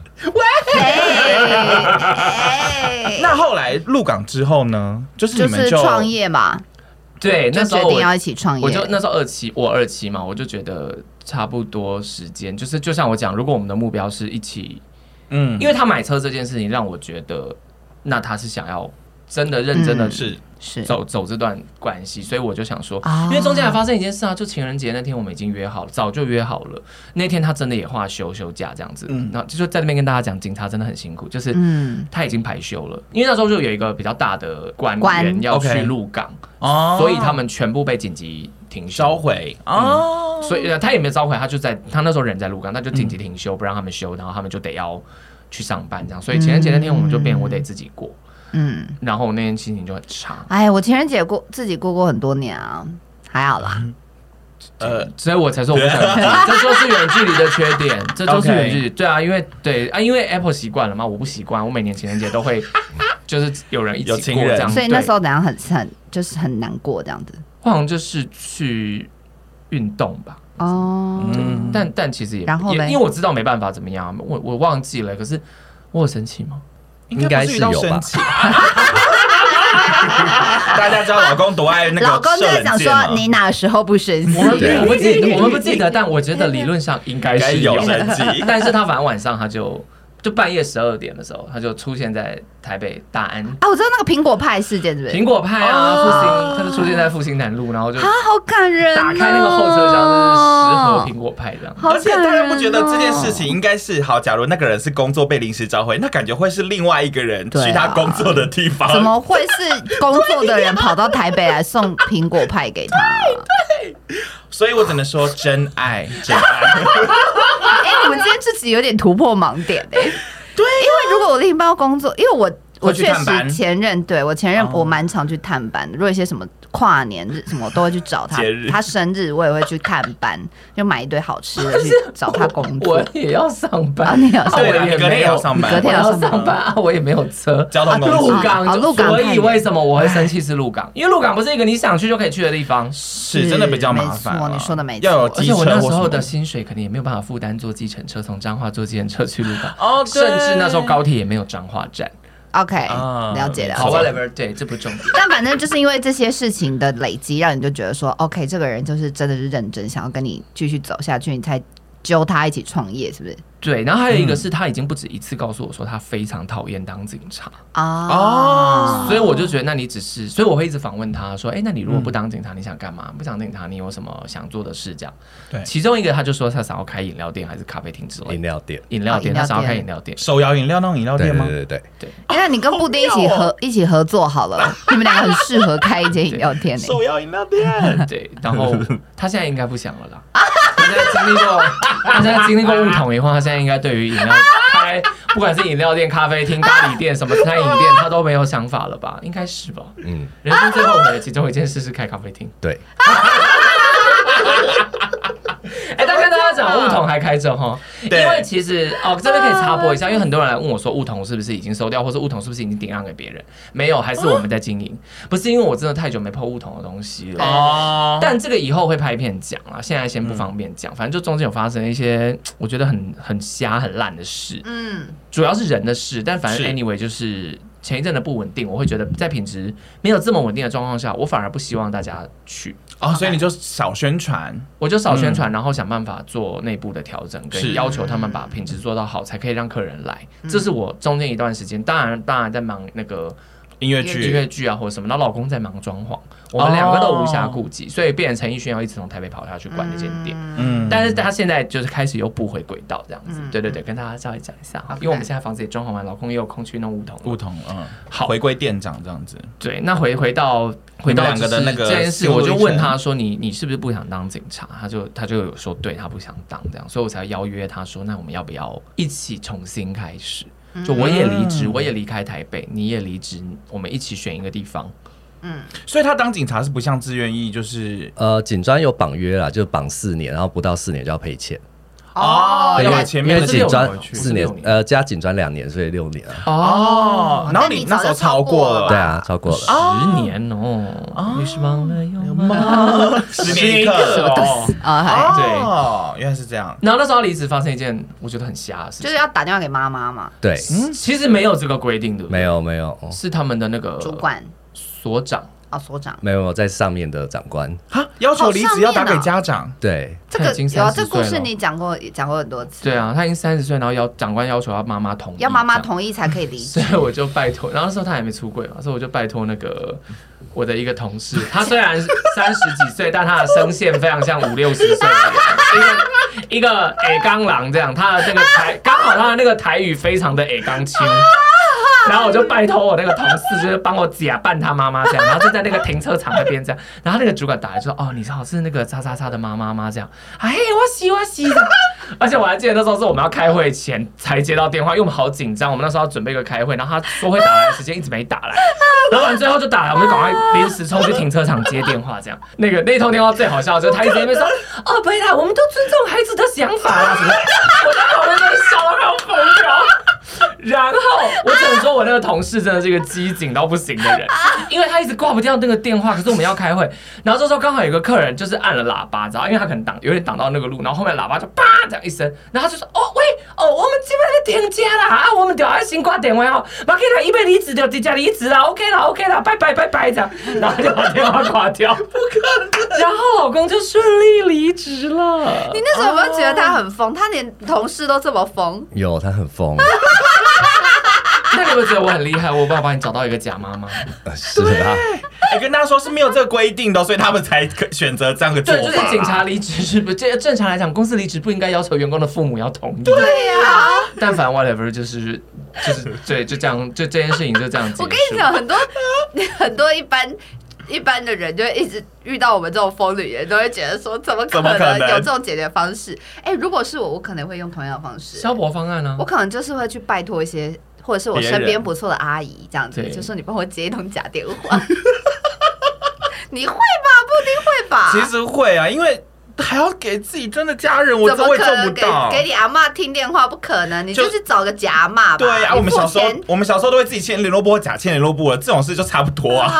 Speaker 6: 哎，
Speaker 5: 那后来入港之后呢？就是
Speaker 6: 就
Speaker 5: 你们
Speaker 6: 是创业嘛，
Speaker 4: 对，
Speaker 6: 就
Speaker 4: 那时
Speaker 6: 决
Speaker 4: 候
Speaker 6: 定要
Speaker 4: 我
Speaker 6: 一起创业，
Speaker 4: 我就那时候二期，我二期嘛，我就觉得差不多时间，就是就像我讲，如果我们的目标是一起，
Speaker 5: 嗯，
Speaker 4: 因为他买车这件事情让我觉得，那他是想要真的认真的
Speaker 6: 嗯
Speaker 5: 是
Speaker 6: 是
Speaker 4: 走走这段关系，所以我就想说
Speaker 6: 啊，
Speaker 4: 因为中间还发生一件事啊，就情人节那天我们已经约好了，早就约好了。那天他真的也话休休假这样子，
Speaker 5: 嗯
Speaker 4: 那就就在那边跟大家讲，警察真的很辛苦，就是
Speaker 6: 嗯
Speaker 4: 他已经排休了，因为那时候就有一个比较大的官员
Speaker 6: 官
Speaker 4: 要去
Speaker 5: OK
Speaker 4: 入港，
Speaker 5: 哦
Speaker 4: 所以他们全部被紧急停
Speaker 5: 销
Speaker 4: 休。
Speaker 5: 毁哦，
Speaker 4: 所以呃他也没召回，他就在他那时候人在入港，他就
Speaker 5: 嗯
Speaker 4: 紧急停休，不让他们休，然后他们就得要去上班这样。所以情人节那天我们就变，我得自己过，
Speaker 6: 嗯，
Speaker 4: 然后我那天心情就很差。
Speaker 6: 哎，我情人节过自己过过很多年啊，还好啦。
Speaker 5: 呃，
Speaker 4: 所以我才说我不想远距离，这就是远距离的缺 点，这就是
Speaker 5: 啊 OK
Speaker 4: 远距离。对啊，因为对啊，因为 Apple 习惯了嘛，我不习惯，我每年情人节都 会就是有人一
Speaker 5: 有
Speaker 4: 起
Speaker 5: 情
Speaker 4: 过
Speaker 5: 人
Speaker 4: 这样，
Speaker 6: 所以那时
Speaker 4: 候
Speaker 6: 候怎样很很就是很难过这样子
Speaker 4: 我好像就是去运动吧，
Speaker 6: 哦。
Speaker 5: 嗯，
Speaker 4: 但但其实也
Speaker 6: 然后
Speaker 4: 也
Speaker 6: 嘞
Speaker 4: 因为我知道没办法怎么样，啊我我忘记了，可是我有生气 吗？
Speaker 5: 应该不遇到生 气。大家知道老公多爱那个
Speaker 6: 老公就
Speaker 5: 射
Speaker 6: 在
Speaker 5: 冷
Speaker 6: 想
Speaker 5: 箭吗
Speaker 6: 说你哪时候不生气
Speaker 4: 我？们
Speaker 7: 对
Speaker 4: 我不记得，我们不记得，但我觉得理论上应该
Speaker 5: 应该
Speaker 4: 是
Speaker 5: 有
Speaker 4: 的
Speaker 5: 生 气
Speaker 4: 但是他反正晚上他就就半夜十二点的时候，他就出现在台北大安
Speaker 6: 啊，我知道那个苹果派事件是不是？
Speaker 4: 苹果派啊，复兴，他就出现在复兴南路，然后就
Speaker 6: 啊，哦好感人、哦！
Speaker 4: 打开那个后车厢，就是十盒苹果派这样。
Speaker 6: 好感人哦
Speaker 5: 而且大家不觉得这件事情应该是好？假如那个人是工作被临时召回，那感觉会是另外一个人
Speaker 6: 对啊
Speaker 5: 去他工作的地方。
Speaker 6: 怎么会是工作的人跑到台北来送苹果派给他？
Speaker 5: 所以我只能说真爱，真爱。
Speaker 6: 哎、我们今天这集有点突破盲点哎、对、因为如果我另一半要工作，因为我我
Speaker 5: 啊会去
Speaker 6: 确
Speaker 5: 探班
Speaker 6: 实前任对我前任
Speaker 5: 哦
Speaker 6: 我蛮常去探班的，如果有一些什么跨年日什么，我都会去找他
Speaker 5: 节日。
Speaker 6: 他生日我也会去探班，就买一堆好吃 的去找他工作
Speaker 4: 我。也要上
Speaker 6: 啊
Speaker 4: 班，
Speaker 6: 你也要上
Speaker 4: 啊
Speaker 6: 班
Speaker 4: 我
Speaker 5: 对啊
Speaker 4: 也
Speaker 5: 你隔天
Speaker 4: 没
Speaker 5: 也
Speaker 4: 有
Speaker 5: 要上班
Speaker 4: 我
Speaker 6: 我
Speaker 4: 要
Speaker 6: 要上
Speaker 4: 上班啊，我也没有车。
Speaker 5: 交通工具
Speaker 4: 鹿港
Speaker 6: 啊
Speaker 4: 就，
Speaker 6: 鹿港
Speaker 4: 所
Speaker 6: 太
Speaker 4: 以
Speaker 6: 远
Speaker 4: 为什么我会生气是鹿港？因为鹿港不是一个你想去就可以去的地方，
Speaker 5: 是真的比较麻烦
Speaker 6: 没
Speaker 5: 啊。
Speaker 6: 错你说的没错
Speaker 5: 要有
Speaker 4: 而且
Speaker 5: 机车
Speaker 4: 我
Speaker 5: 或
Speaker 4: 那时
Speaker 5: 什
Speaker 4: 候
Speaker 5: 么
Speaker 4: 的薪水肯定也没有办法负担坐计程车从彰化坐计程车去鹿港，
Speaker 5: 哦，对
Speaker 4: 甚至那时候高铁也没有彰化站。
Speaker 6: OK，、
Speaker 5: 啊
Speaker 6: 了解了
Speaker 4: 好
Speaker 6: 解。
Speaker 4: ，whatever，对，这不重点。
Speaker 6: 但反正就是因为这些事情的累积，让你就觉得说，OK，这个人就是真的是认真想要跟你继续走下去，你才揪他一起创业，是不是？
Speaker 4: 对，然后还有一
Speaker 5: 嗯
Speaker 4: 个是他已经不止一次告诉我说他非常讨厌当警察，
Speaker 6: 哦啊，
Speaker 4: 所以我就觉得那你只是，所以我会一直访问他说，哎，那你如果不当警察，你想干嘛？不当警察，你有什么想做的事？这样。
Speaker 5: 对
Speaker 4: 其中一个他就说他想要开饮料店还是咖啡厅之类
Speaker 7: 饮
Speaker 4: 的。
Speaker 7: 料店。
Speaker 4: 饮料店，
Speaker 6: 哦饮料
Speaker 4: 他想要开
Speaker 6: 店
Speaker 4: 饮料店。
Speaker 5: 手摇饮料那种饮料
Speaker 7: 对
Speaker 5: 店
Speaker 7: 对
Speaker 5: 吗？
Speaker 7: 对对，
Speaker 6: 哎那你跟布丁一起
Speaker 4: 哦
Speaker 6: 合、一起合作好了，你们两个很适合开一间饮料店呢、欸
Speaker 5: 手摇饮料店
Speaker 4: 对，然后他现在应该不想了啦。他现在经历过，他现在经历过物统以后，他现在应该对于饮料开，不管是饮料店、咖啡厅、咖喱店、什么餐饮店，他都没有想法了吧？应该是吧？
Speaker 7: 嗯，
Speaker 4: 人生最后悔的其中一件事是开咖啡厅。
Speaker 7: 对，
Speaker 4: 哎、但跟大家讲，梧桐还开着哈，因
Speaker 5: 对
Speaker 4: 为其实哦，这边可以插播一下，因为很多人来问我说，梧桐是不是已经收掉，或者梧桐是不是已经顶让给别人？没有，还是我们在经营，不是因为我真的太久没碰梧桐的东西了。
Speaker 5: 哦，
Speaker 4: 但这个以后会拍片讲啦，现在先不方便讲。反正就中间有发生一些我觉得很很瞎、很烂的事，
Speaker 6: 嗯，
Speaker 4: 主要是人的事。但反正
Speaker 5: 是
Speaker 4: anyway 就是前一阵的不稳定，我会觉得在品质没有这么稳定的状况下，我反而不希望大家去，
Speaker 5: 哦，所以你就少宣传，
Speaker 4: 我就少宣传，然后想办法做内部的调整，
Speaker 5: 嗯是嗯
Speaker 4: 跟要求他们把品质做到好，才可以让客人来。这是我中间一段时间，当然当然在忙那个
Speaker 5: 音乐
Speaker 4: 音
Speaker 5: 剧
Speaker 4: 乐剧啊或者什么，然后老公在忙装潢，我们两个都无暇顾及，所以变成陈奕迅要一直从台北跑下去管那间店。
Speaker 5: 哦嗯
Speaker 4: 但是他现在就是开始又步回轨道这样子，
Speaker 6: 嗯
Speaker 4: 对对对，跟大家稍微讲一下，
Speaker 6: OK
Speaker 4: 因为我们现在房子也装潢完，老公也有空去弄梧桐。
Speaker 5: 梧桐，嗯，
Speaker 4: 好
Speaker 5: 回归店长这样子，
Speaker 4: 对，那回回到回到
Speaker 5: 两个的
Speaker 4: 就是
Speaker 5: 那个
Speaker 4: 这件事，
Speaker 5: 心路
Speaker 4: 我
Speaker 5: 历
Speaker 4: 就
Speaker 5: 程
Speaker 4: 问他说你你是不是不想当警察？他就他就有说对他不想当这样，所以我才邀约他说那我们要不要一起重新开始？就我也离职，
Speaker 5: 嗯
Speaker 4: 我也离开台北，你也离职，我们一起选一个地方。
Speaker 5: 所以他当警察是不像自愿意，就是
Speaker 7: 呃，警专有绑约啦，就绑四年，然后不到四年就要赔钱。
Speaker 5: 哦，
Speaker 7: 因
Speaker 5: 因
Speaker 7: 为
Speaker 5: 为前
Speaker 4: 因
Speaker 5: 面的
Speaker 4: 为是
Speaker 5: 警
Speaker 7: 警
Speaker 4: 六
Speaker 7: 专
Speaker 4: 年去
Speaker 7: 四年
Speaker 4: 是六，年
Speaker 7: 呃，加警专两年，所以六年啊。
Speaker 5: 哦，然后你那时候超过了
Speaker 7: 对
Speaker 5: 吧？
Speaker 7: 啊，超过了。
Speaker 4: 十年哦，你是忘了有吗？
Speaker 5: 妈，十年一刻哦，
Speaker 6: 啊、嗨
Speaker 5: 哦，原来是这样，
Speaker 4: 然后那时候离职发生一件我觉得很瞎的事情，
Speaker 6: 就是要打电话给妈妈嘛，
Speaker 7: 对，嗯
Speaker 4: 其实没有这个规定的，
Speaker 7: 没，有没有哦
Speaker 4: 是他们的那个
Speaker 6: 主管
Speaker 4: 所长，
Speaker 6: 哦，所长，
Speaker 7: 没有没有，在上面的长官。
Speaker 5: 哈，要求离职要打给家长，
Speaker 7: 对，
Speaker 6: 这
Speaker 4: 他
Speaker 6: 个
Speaker 4: 已经
Speaker 6: 有啊
Speaker 4: 三
Speaker 6: 这
Speaker 4: 十
Speaker 6: 故
Speaker 4: 岁
Speaker 6: 事
Speaker 4: 了。
Speaker 6: 你讲过也讲过很多次，
Speaker 4: 对啊，他已经三十岁，然后要长官要求要妈妈同意，
Speaker 6: 要妈妈
Speaker 4: 这样，
Speaker 6: 同意才可以离职
Speaker 4: 所。以我就拜托，然后那时候他还没出柜嘛，所以我就拜托那个我的一个同事，他虽然三十几岁，但他的声线非常像五六十岁的人，一个一个矮刚狼这样，他的那个台刚好他的那个台语非常的矮刚轻。然后我就拜托我那个同事，就是帮我假扮他妈妈这样，然后就在那个停车场那边这样，然后那个主管打来说：“哦，你好是那个叉叉叉的妈妈吗？”这样，哎，我洗我洗的。 而且我还记得那时候是我们要开会前才接到电话，因为我们好紧张，我们那时候要准备一个开会，然后他说会打来的时间一直没打来，老板最后就打来，我们就赶快临时冲去停车场接电话，这样。那个那一通电话最好笑的就是他一直在那边说：“哦，贝拉，我们都尊重孩子的想法啊什么的。”我在旁边真的笑到快要疯掉。然后我只能说，我那个同事真的是一个机警到不行的人，因为他一直挂不掉那个电话。可是我们要开会，然后这时候刚好有个客人就是按了喇叭，然后因为他可能挡有点挡到那个路，然后后面喇叭就叭这样一声，然后他就说：“哦喂，哦我们这边在停家啦，啊我们掉爱心挂电话哦，马克他一被离职掉直接离职啦，OK 啦 OK 啦，拜拜拜拜这样，然后就把电话挂掉，不可能。然后老公就顺利离职了
Speaker 6: 你。那时候有没有觉得
Speaker 4: 哦
Speaker 6: 他很疯？他连同事都这么疯，
Speaker 7: 有他很疯，
Speaker 4: 那你们觉得我很厉害？我有办法帮你找到一个假妈 妈。
Speaker 7: 呃是啊，
Speaker 5: 哎，跟大家说是没有这个规定的哦，所以他们才可选择这样的做
Speaker 4: 对，就是
Speaker 5: 法。
Speaker 4: 警察离职是不 这正常来讲，公司离职不应该要求员工的父母要同意。对呀、 但凡 whatever 就是 就是对，就这样，就这件事情就这样结束。
Speaker 6: 我跟你讲，很多很多一般一般的人就会一直遇到我们这种疯女人，都会觉得说怎么可
Speaker 5: 怎么可
Speaker 6: 能
Speaker 5: 能
Speaker 6: 有这种解决方式？哎、如果是我，我可能会用同样的方式，
Speaker 4: 消薄方案啊呢
Speaker 6: 我？可能就是会去拜托一些，或者是我
Speaker 5: 别
Speaker 6: 身边
Speaker 5: 人
Speaker 6: 不错的阿姨这样子，
Speaker 4: 对
Speaker 6: 就说你帮我接一通假电话。 你会吧？布丁会吧？
Speaker 5: 其实会啊，因为还要给自己真的家人，我
Speaker 6: 怎
Speaker 5: 真
Speaker 6: 么
Speaker 5: 会
Speaker 6: 可
Speaker 5: 做不
Speaker 6: 能给
Speaker 5: 到。
Speaker 6: 给你阿妈听电话？不可能，你
Speaker 5: 就
Speaker 6: 就是找个假阿妈吧。
Speaker 5: 对呀、
Speaker 6: 你
Speaker 5: 我们
Speaker 6: 付
Speaker 5: 小时候
Speaker 6: 钱
Speaker 5: 我们小时候都会自己签联络簿或假签联络簿了，这种事就差不 多啊。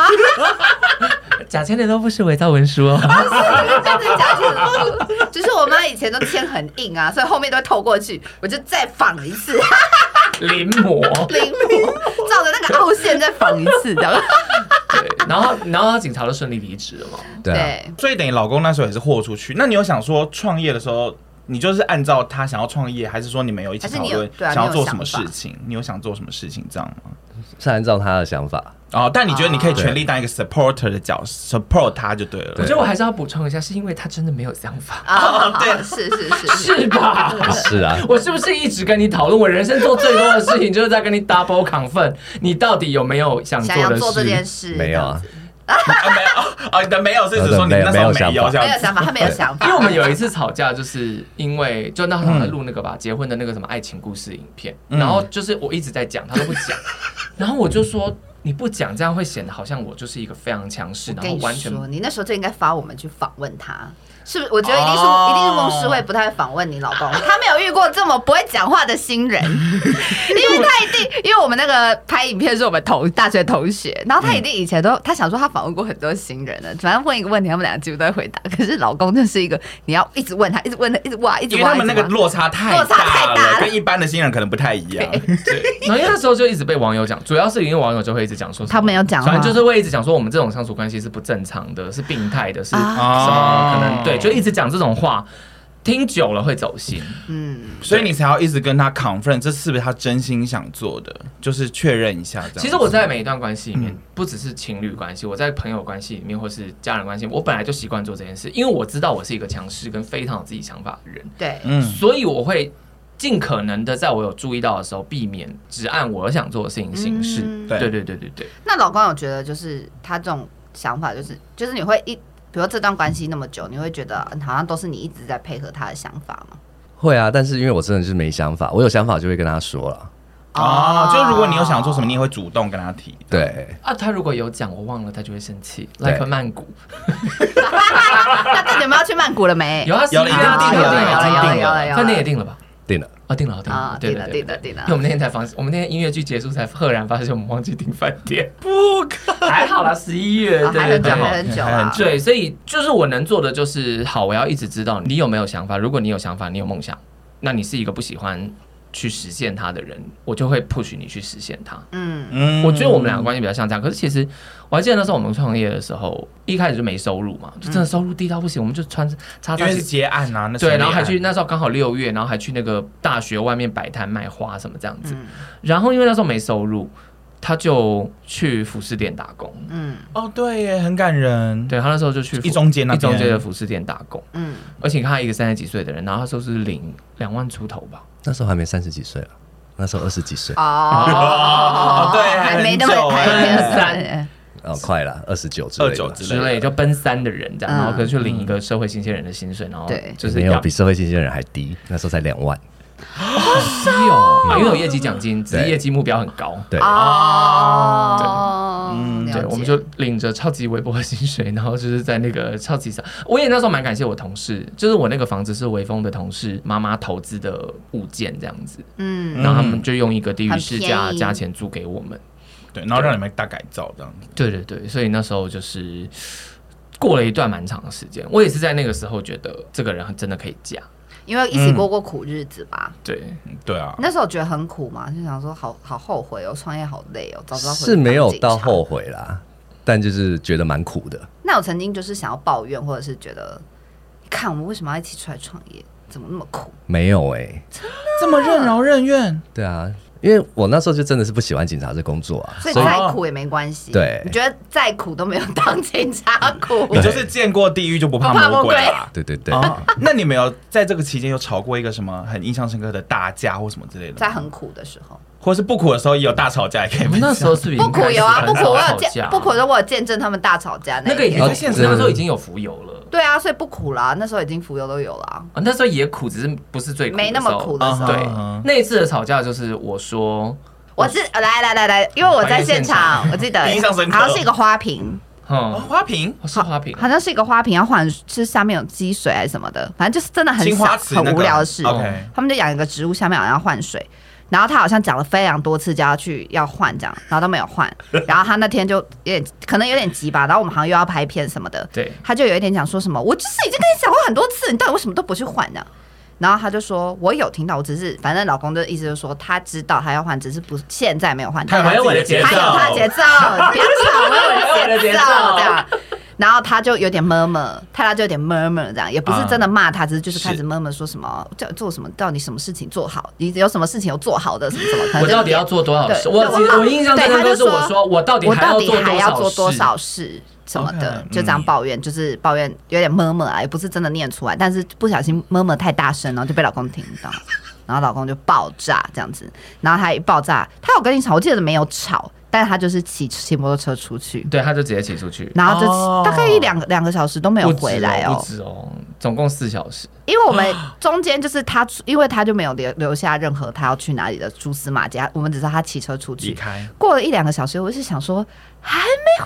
Speaker 4: 假钱的都不是伪造文书哦。
Speaker 6: 真的假的？ 只是我妈以前都签很硬啊，所以后面都会透过去，我就再仿一次，
Speaker 4: 临摹，
Speaker 6: 临摹，照着那个凹陷再仿一次的。
Speaker 4: 对，然后然后警察都顺利离职了嘛。
Speaker 7: 对啊，
Speaker 5: 所以等于老公那时候也是豁出去。那你有想说创业的时候，你就是按照他想要创业，还是说你们有一起
Speaker 6: 还是
Speaker 5: 讨
Speaker 6: 你有
Speaker 5: 论
Speaker 6: 对啊
Speaker 5: 想要
Speaker 6: 你有
Speaker 5: 做什么
Speaker 6: 想法
Speaker 5: 事情？你有想做什么事情这样吗？
Speaker 7: 是按照他的想法，
Speaker 5: 哦，
Speaker 6: 啊
Speaker 5: 但你觉得你可以全
Speaker 7: 对
Speaker 5: 力当一个 supporter 的角色，support 他就对了。
Speaker 4: 我觉得我还是要补充一下，是因为他真的没有想法，
Speaker 6: 啊，对，是是是
Speaker 4: 是吧？
Speaker 7: 是啊，
Speaker 4: 我是不是一直跟你讨论？我人生做最多的事情就是在跟你 double 亢奋，你到底有没有想做
Speaker 6: 想要
Speaker 4: 的事？
Speaker 6: 做这件事，
Speaker 7: 没有啊，
Speaker 5: 啊没有啊，你的没有是指说你那时候没有这
Speaker 6: 没
Speaker 5: 样
Speaker 6: 有
Speaker 5: 子
Speaker 6: 想法，他没有想法，
Speaker 4: 因为我们有一次吵架，就是因为就那时候还录那个吧、结婚的那个什么爱情故事影片，
Speaker 5: 嗯
Speaker 4: 然后就是我一直在讲，他都不讲，然后我就说你不讲，这样会显得好像我就是一个非常强势，
Speaker 6: 我
Speaker 4: 然
Speaker 6: 跟
Speaker 4: 后
Speaker 6: 你
Speaker 4: 完全
Speaker 6: 说，你那时候就应该发我们去访问他，是不是？我觉得一定是、
Speaker 5: 哦
Speaker 6: 一定是孟诗慧不太会访问你老公，他没有遇过这么不会讲话的新 人，因为他一定，因为我们那个拍影片是我们同大学同学，然后他一定以前都、他想说他访问过很多新人了，反正问一个问题，他们俩几乎都会回答。可是老公就是一个你要一直问他，一直问他，一直哇，一直
Speaker 5: 因为
Speaker 6: 哇，
Speaker 5: 他们那
Speaker 6: 一直
Speaker 5: 个
Speaker 6: 挖
Speaker 5: 落差太
Speaker 6: 落差太
Speaker 5: 大
Speaker 6: 大了
Speaker 5: 了，跟一般的新人可能不太一样。
Speaker 4: 然后因为那时候就一直被网友讲，主要是因为网友就会一直讲说什么
Speaker 6: 他没有讲话
Speaker 4: 反正就是会一直讲说我们这种相处关系是不正常的，是病态的，是
Speaker 5: 哦
Speaker 4: 什
Speaker 6: 啊
Speaker 4: 么可能对，就一直讲这种话，听久了会走心。
Speaker 6: 嗯，
Speaker 5: 所以你才要一直跟他 confirm 这是不是他真心想做的，就是确认一下这样。
Speaker 4: 其实我在每一段关系里面，不只是情侣关系，我在朋友关系里面或是家人关系，我本来就习惯做这件事，因为我知道我是一个强势跟非常有自己想法的人，
Speaker 6: 对，
Speaker 5: 嗯
Speaker 4: 所以我会尽可能的在我有注意到的时候，避免只按我想做的事情行事。
Speaker 6: 嗯
Speaker 5: 对
Speaker 4: 对对对对对。
Speaker 6: 那老公有觉得就是他这种想法，就是就是你会一，比如这段关系那么久，你会觉得嗯好像都是你一直在配合他的想法吗？
Speaker 7: 会啊，但是因为我真的是没想法，我有想法就会跟他说了，
Speaker 5: 哦，就如果你有想做什么，你也会主动跟他提。
Speaker 7: 对，
Speaker 4: 啊，他如果有讲我忘了，他就会生气。like
Speaker 7: 对
Speaker 4: 曼谷，
Speaker 6: 那到底有没有去曼谷了没？
Speaker 4: 有啊，
Speaker 5: 有了
Speaker 4: 11月啊
Speaker 5: 已经
Speaker 4: 订
Speaker 5: 定
Speaker 6: 了
Speaker 4: 已
Speaker 6: 有了
Speaker 4: 经定
Speaker 6: 有了有了有了
Speaker 4: 饭店也定了吧？
Speaker 7: 定了，
Speaker 4: 啊，定了，定
Speaker 6: 啊
Speaker 4: 了，对
Speaker 6: 定了
Speaker 4: 对对
Speaker 6: 定了
Speaker 4: 对
Speaker 6: 定了
Speaker 4: 因为我们那天才发现，我们那天音乐剧结束才赫然发现我们忘记订饭店，不可，还好啦，十一月，
Speaker 6: 啊
Speaker 4: 对
Speaker 6: 还
Speaker 4: 对
Speaker 6: 很久，
Speaker 4: 对。
Speaker 6: 还很久
Speaker 5: 还很
Speaker 6: 啊。
Speaker 4: 对，所以就是我能做的就是，好，我要一直知道你有没有想法。如果你有想法，你有梦想，那你是一个不喜欢去实现它的人，我就会 push 你去实现它。
Speaker 6: 嗯，
Speaker 5: 嗯
Speaker 4: 我觉得我们两个关系比较像这样，可是其实我还记得那时候我们创业的时候，一开始就没收入嘛，就真的收入低到不行，我们就穿叉
Speaker 5: 嗯因
Speaker 4: 叉
Speaker 5: 为是
Speaker 4: 鞋，
Speaker 5: 结案啊，那是
Speaker 4: 对，然后还
Speaker 5: 立案
Speaker 4: 去那时候刚好六月，然后还去那个大学外面摆摊卖花什么这样子，
Speaker 5: 嗯
Speaker 4: 然后因为那时候没收入，他就去服饰店打工，
Speaker 6: 嗯
Speaker 5: 哦，对耶，很感人。
Speaker 4: 对他那时候就去
Speaker 5: 一中街那
Speaker 4: 一
Speaker 5: 边
Speaker 4: 中街的服饰店打工，
Speaker 6: 嗯
Speaker 4: 嗯，而且你看他一个三十几岁的人，然后他说是领两万出头吧，
Speaker 7: 那时候还没三十几岁了，啊那时候二十几岁，
Speaker 6: 哦，
Speaker 5: 对
Speaker 6: 还没那么
Speaker 5: 很久
Speaker 6: 还没
Speaker 4: 哎
Speaker 6: 三，
Speaker 7: 哦，快了，二十九之类
Speaker 5: 29之
Speaker 7: 的，
Speaker 4: 之类就奔三的人这
Speaker 6: 嗯
Speaker 4: 样，然后可能去领一个社会新鲜人的薪水，然后
Speaker 6: 对
Speaker 4: 就是
Speaker 7: 没
Speaker 4: 要
Speaker 7: 有比社会新鲜人还低，那时候才两万，
Speaker 4: 是有，哦因为有业绩奖金，只是
Speaker 7: 对
Speaker 4: 业绩目标很高。
Speaker 7: 对，
Speaker 6: 哦，
Speaker 5: 嗯
Speaker 6: 了解
Speaker 4: 对，我们就领着超级微薄的薪水，然后就是在那个超级上，我也那时候蛮感谢我同事，就是我那个房子是微风的同事妈妈投资的物件这样子，
Speaker 6: 嗯
Speaker 4: 然后他们就用一个低于市
Speaker 6: 很
Speaker 4: 价
Speaker 6: 便宜
Speaker 4: 价钱租给我们。
Speaker 5: 对，然后让你们大改造这样子。
Speaker 4: 对对对，所以那时候就是过了一段蛮长的时间，我也是在那个时候觉得这个人真的可以嫁。
Speaker 6: 因为一起过过苦日子吧。
Speaker 4: 对，
Speaker 5: 对
Speaker 4: 嗯
Speaker 5: 啊，
Speaker 6: 那时候觉得很苦嘛，就想说好好后悔哦，创业好累哦，早知道回去
Speaker 7: 是没有
Speaker 6: 当警察
Speaker 7: 到后悔啦，但就是觉得蛮苦的，
Speaker 6: 那我曾经就是想要抱怨，或者是觉得，看我们为什么要一起出来创业，怎么那么苦？
Speaker 7: 没有哎、
Speaker 5: 这么任劳任怨，
Speaker 7: 对啊，因为我那时候就真的是不喜欢警察这工作啊，
Speaker 6: 所以
Speaker 7: 所以
Speaker 6: 再苦也没关系。
Speaker 7: 对
Speaker 6: 你觉得再苦都没有当警察苦。
Speaker 5: 你就是见过地狱就不怕
Speaker 6: 不怕
Speaker 5: 魔
Speaker 6: 魔
Speaker 5: 鬼
Speaker 6: 鬼
Speaker 5: 啦。
Speaker 7: 对对对，
Speaker 5: 啊，那你们有在这个期间有吵过一个什么很印象深刻的大架或什么之类的吗？
Speaker 6: 在很苦的时候，
Speaker 5: 或是不苦的时候也有大吵架，也可以
Speaker 4: 我
Speaker 5: 分
Speaker 4: 们
Speaker 5: 享
Speaker 4: 那时候是不是已
Speaker 6: 不
Speaker 4: 经
Speaker 6: 苦有
Speaker 4: 开
Speaker 6: 啊，
Speaker 4: 始
Speaker 6: 不苦我
Speaker 4: 很
Speaker 6: 有
Speaker 4: 少吵架
Speaker 6: 见，不苦的我有见证他们大吵架那
Speaker 4: 那
Speaker 6: 一
Speaker 4: 个也
Speaker 6: 天
Speaker 4: 在现场，
Speaker 7: 哦
Speaker 4: 那时候已经有浮游了。
Speaker 6: 对啊，所以不苦啦，那时候已经浮游都有啦。
Speaker 4: 啊，那时候也苦，只是不是最苦的
Speaker 6: 没那么
Speaker 4: 时候啊
Speaker 6: 苦的时候
Speaker 4: 对
Speaker 5: 嗯哼，
Speaker 4: 那一次的吵架就是我说，
Speaker 6: 我是来来来来，因为我在现场，我记得
Speaker 5: 印象深刻
Speaker 6: 好像是一个花瓶，
Speaker 5: 哦
Speaker 4: 哼，
Speaker 5: 花瓶
Speaker 4: 我是花瓶，
Speaker 6: 好像是一个花瓶，然后换是下面有积水还是什么的，反正就是真的很
Speaker 5: 青
Speaker 6: 小
Speaker 5: 花瓷那个
Speaker 6: 很无聊的事。
Speaker 5: OK
Speaker 6: 他们就养一个植物，下面好像要换水，然后他好像讲了非常多次就要去要换这样，然后都没有换，然后他那天就有点可能有点急吧，然后我们好像又要拍片什么的，
Speaker 4: 对
Speaker 6: 他就有一点讲说什么，我就是已经跟你讲过很多次，你到底为什么都不去换呢、然后他就说，我有听到，我只是反正老公的意思就是说，他知道他要换，只是不现在没有换。
Speaker 5: 他有
Speaker 4: 还有我的
Speaker 5: 自己的
Speaker 4: 节
Speaker 5: 节
Speaker 6: 他有
Speaker 5: 奏
Speaker 6: 他的节奏，不要吵，我有我的节奏
Speaker 4: 我有我的节
Speaker 6: 这
Speaker 4: 奏
Speaker 6: 样。然后他就有点 murmur，泰拉就有点 murmur 这样，也不是真的骂他，只是就是开始 murmur 说什么叫做什么，到底什么事情做好，你有什么事情有做好的什么什么，可能
Speaker 4: 我
Speaker 6: 就
Speaker 4: 到底要做多少事？
Speaker 6: 对
Speaker 4: 我
Speaker 6: 对
Speaker 4: 记得
Speaker 6: 我
Speaker 4: 我印象
Speaker 6: 对
Speaker 4: 中
Speaker 6: 他就
Speaker 4: 都是我
Speaker 6: 说
Speaker 4: 说，我到底
Speaker 6: 我
Speaker 4: 还
Speaker 6: 到
Speaker 4: 要
Speaker 6: 底
Speaker 4: 做
Speaker 6: 还要做多
Speaker 4: 事？
Speaker 6: 少事什么的
Speaker 5: OK，，
Speaker 6: 就这样抱怨，就是抱怨有点么么啊，也不是真的念出来，但是不小心么么太大声，然后就被老公听到，然后老公就爆炸这样子，然后他一爆炸，他有跟你吵，我记得没有吵，但是他就是骑骑摩托车出去，
Speaker 4: 对，他就直接骑出去，
Speaker 6: 然后就
Speaker 5: 哦
Speaker 6: 大概一两个两个小时都没有
Speaker 4: 不止
Speaker 6: 回来哦
Speaker 4: 哦，不，止哦，总共四小时。
Speaker 6: 因为我们中间就是他出，因为他就没有留留下任何他要去哪里的蛛丝马迹，我们只知道他骑车出
Speaker 5: 离
Speaker 6: 去。
Speaker 5: 开，
Speaker 6: 过了一两个小时，我是想说还啊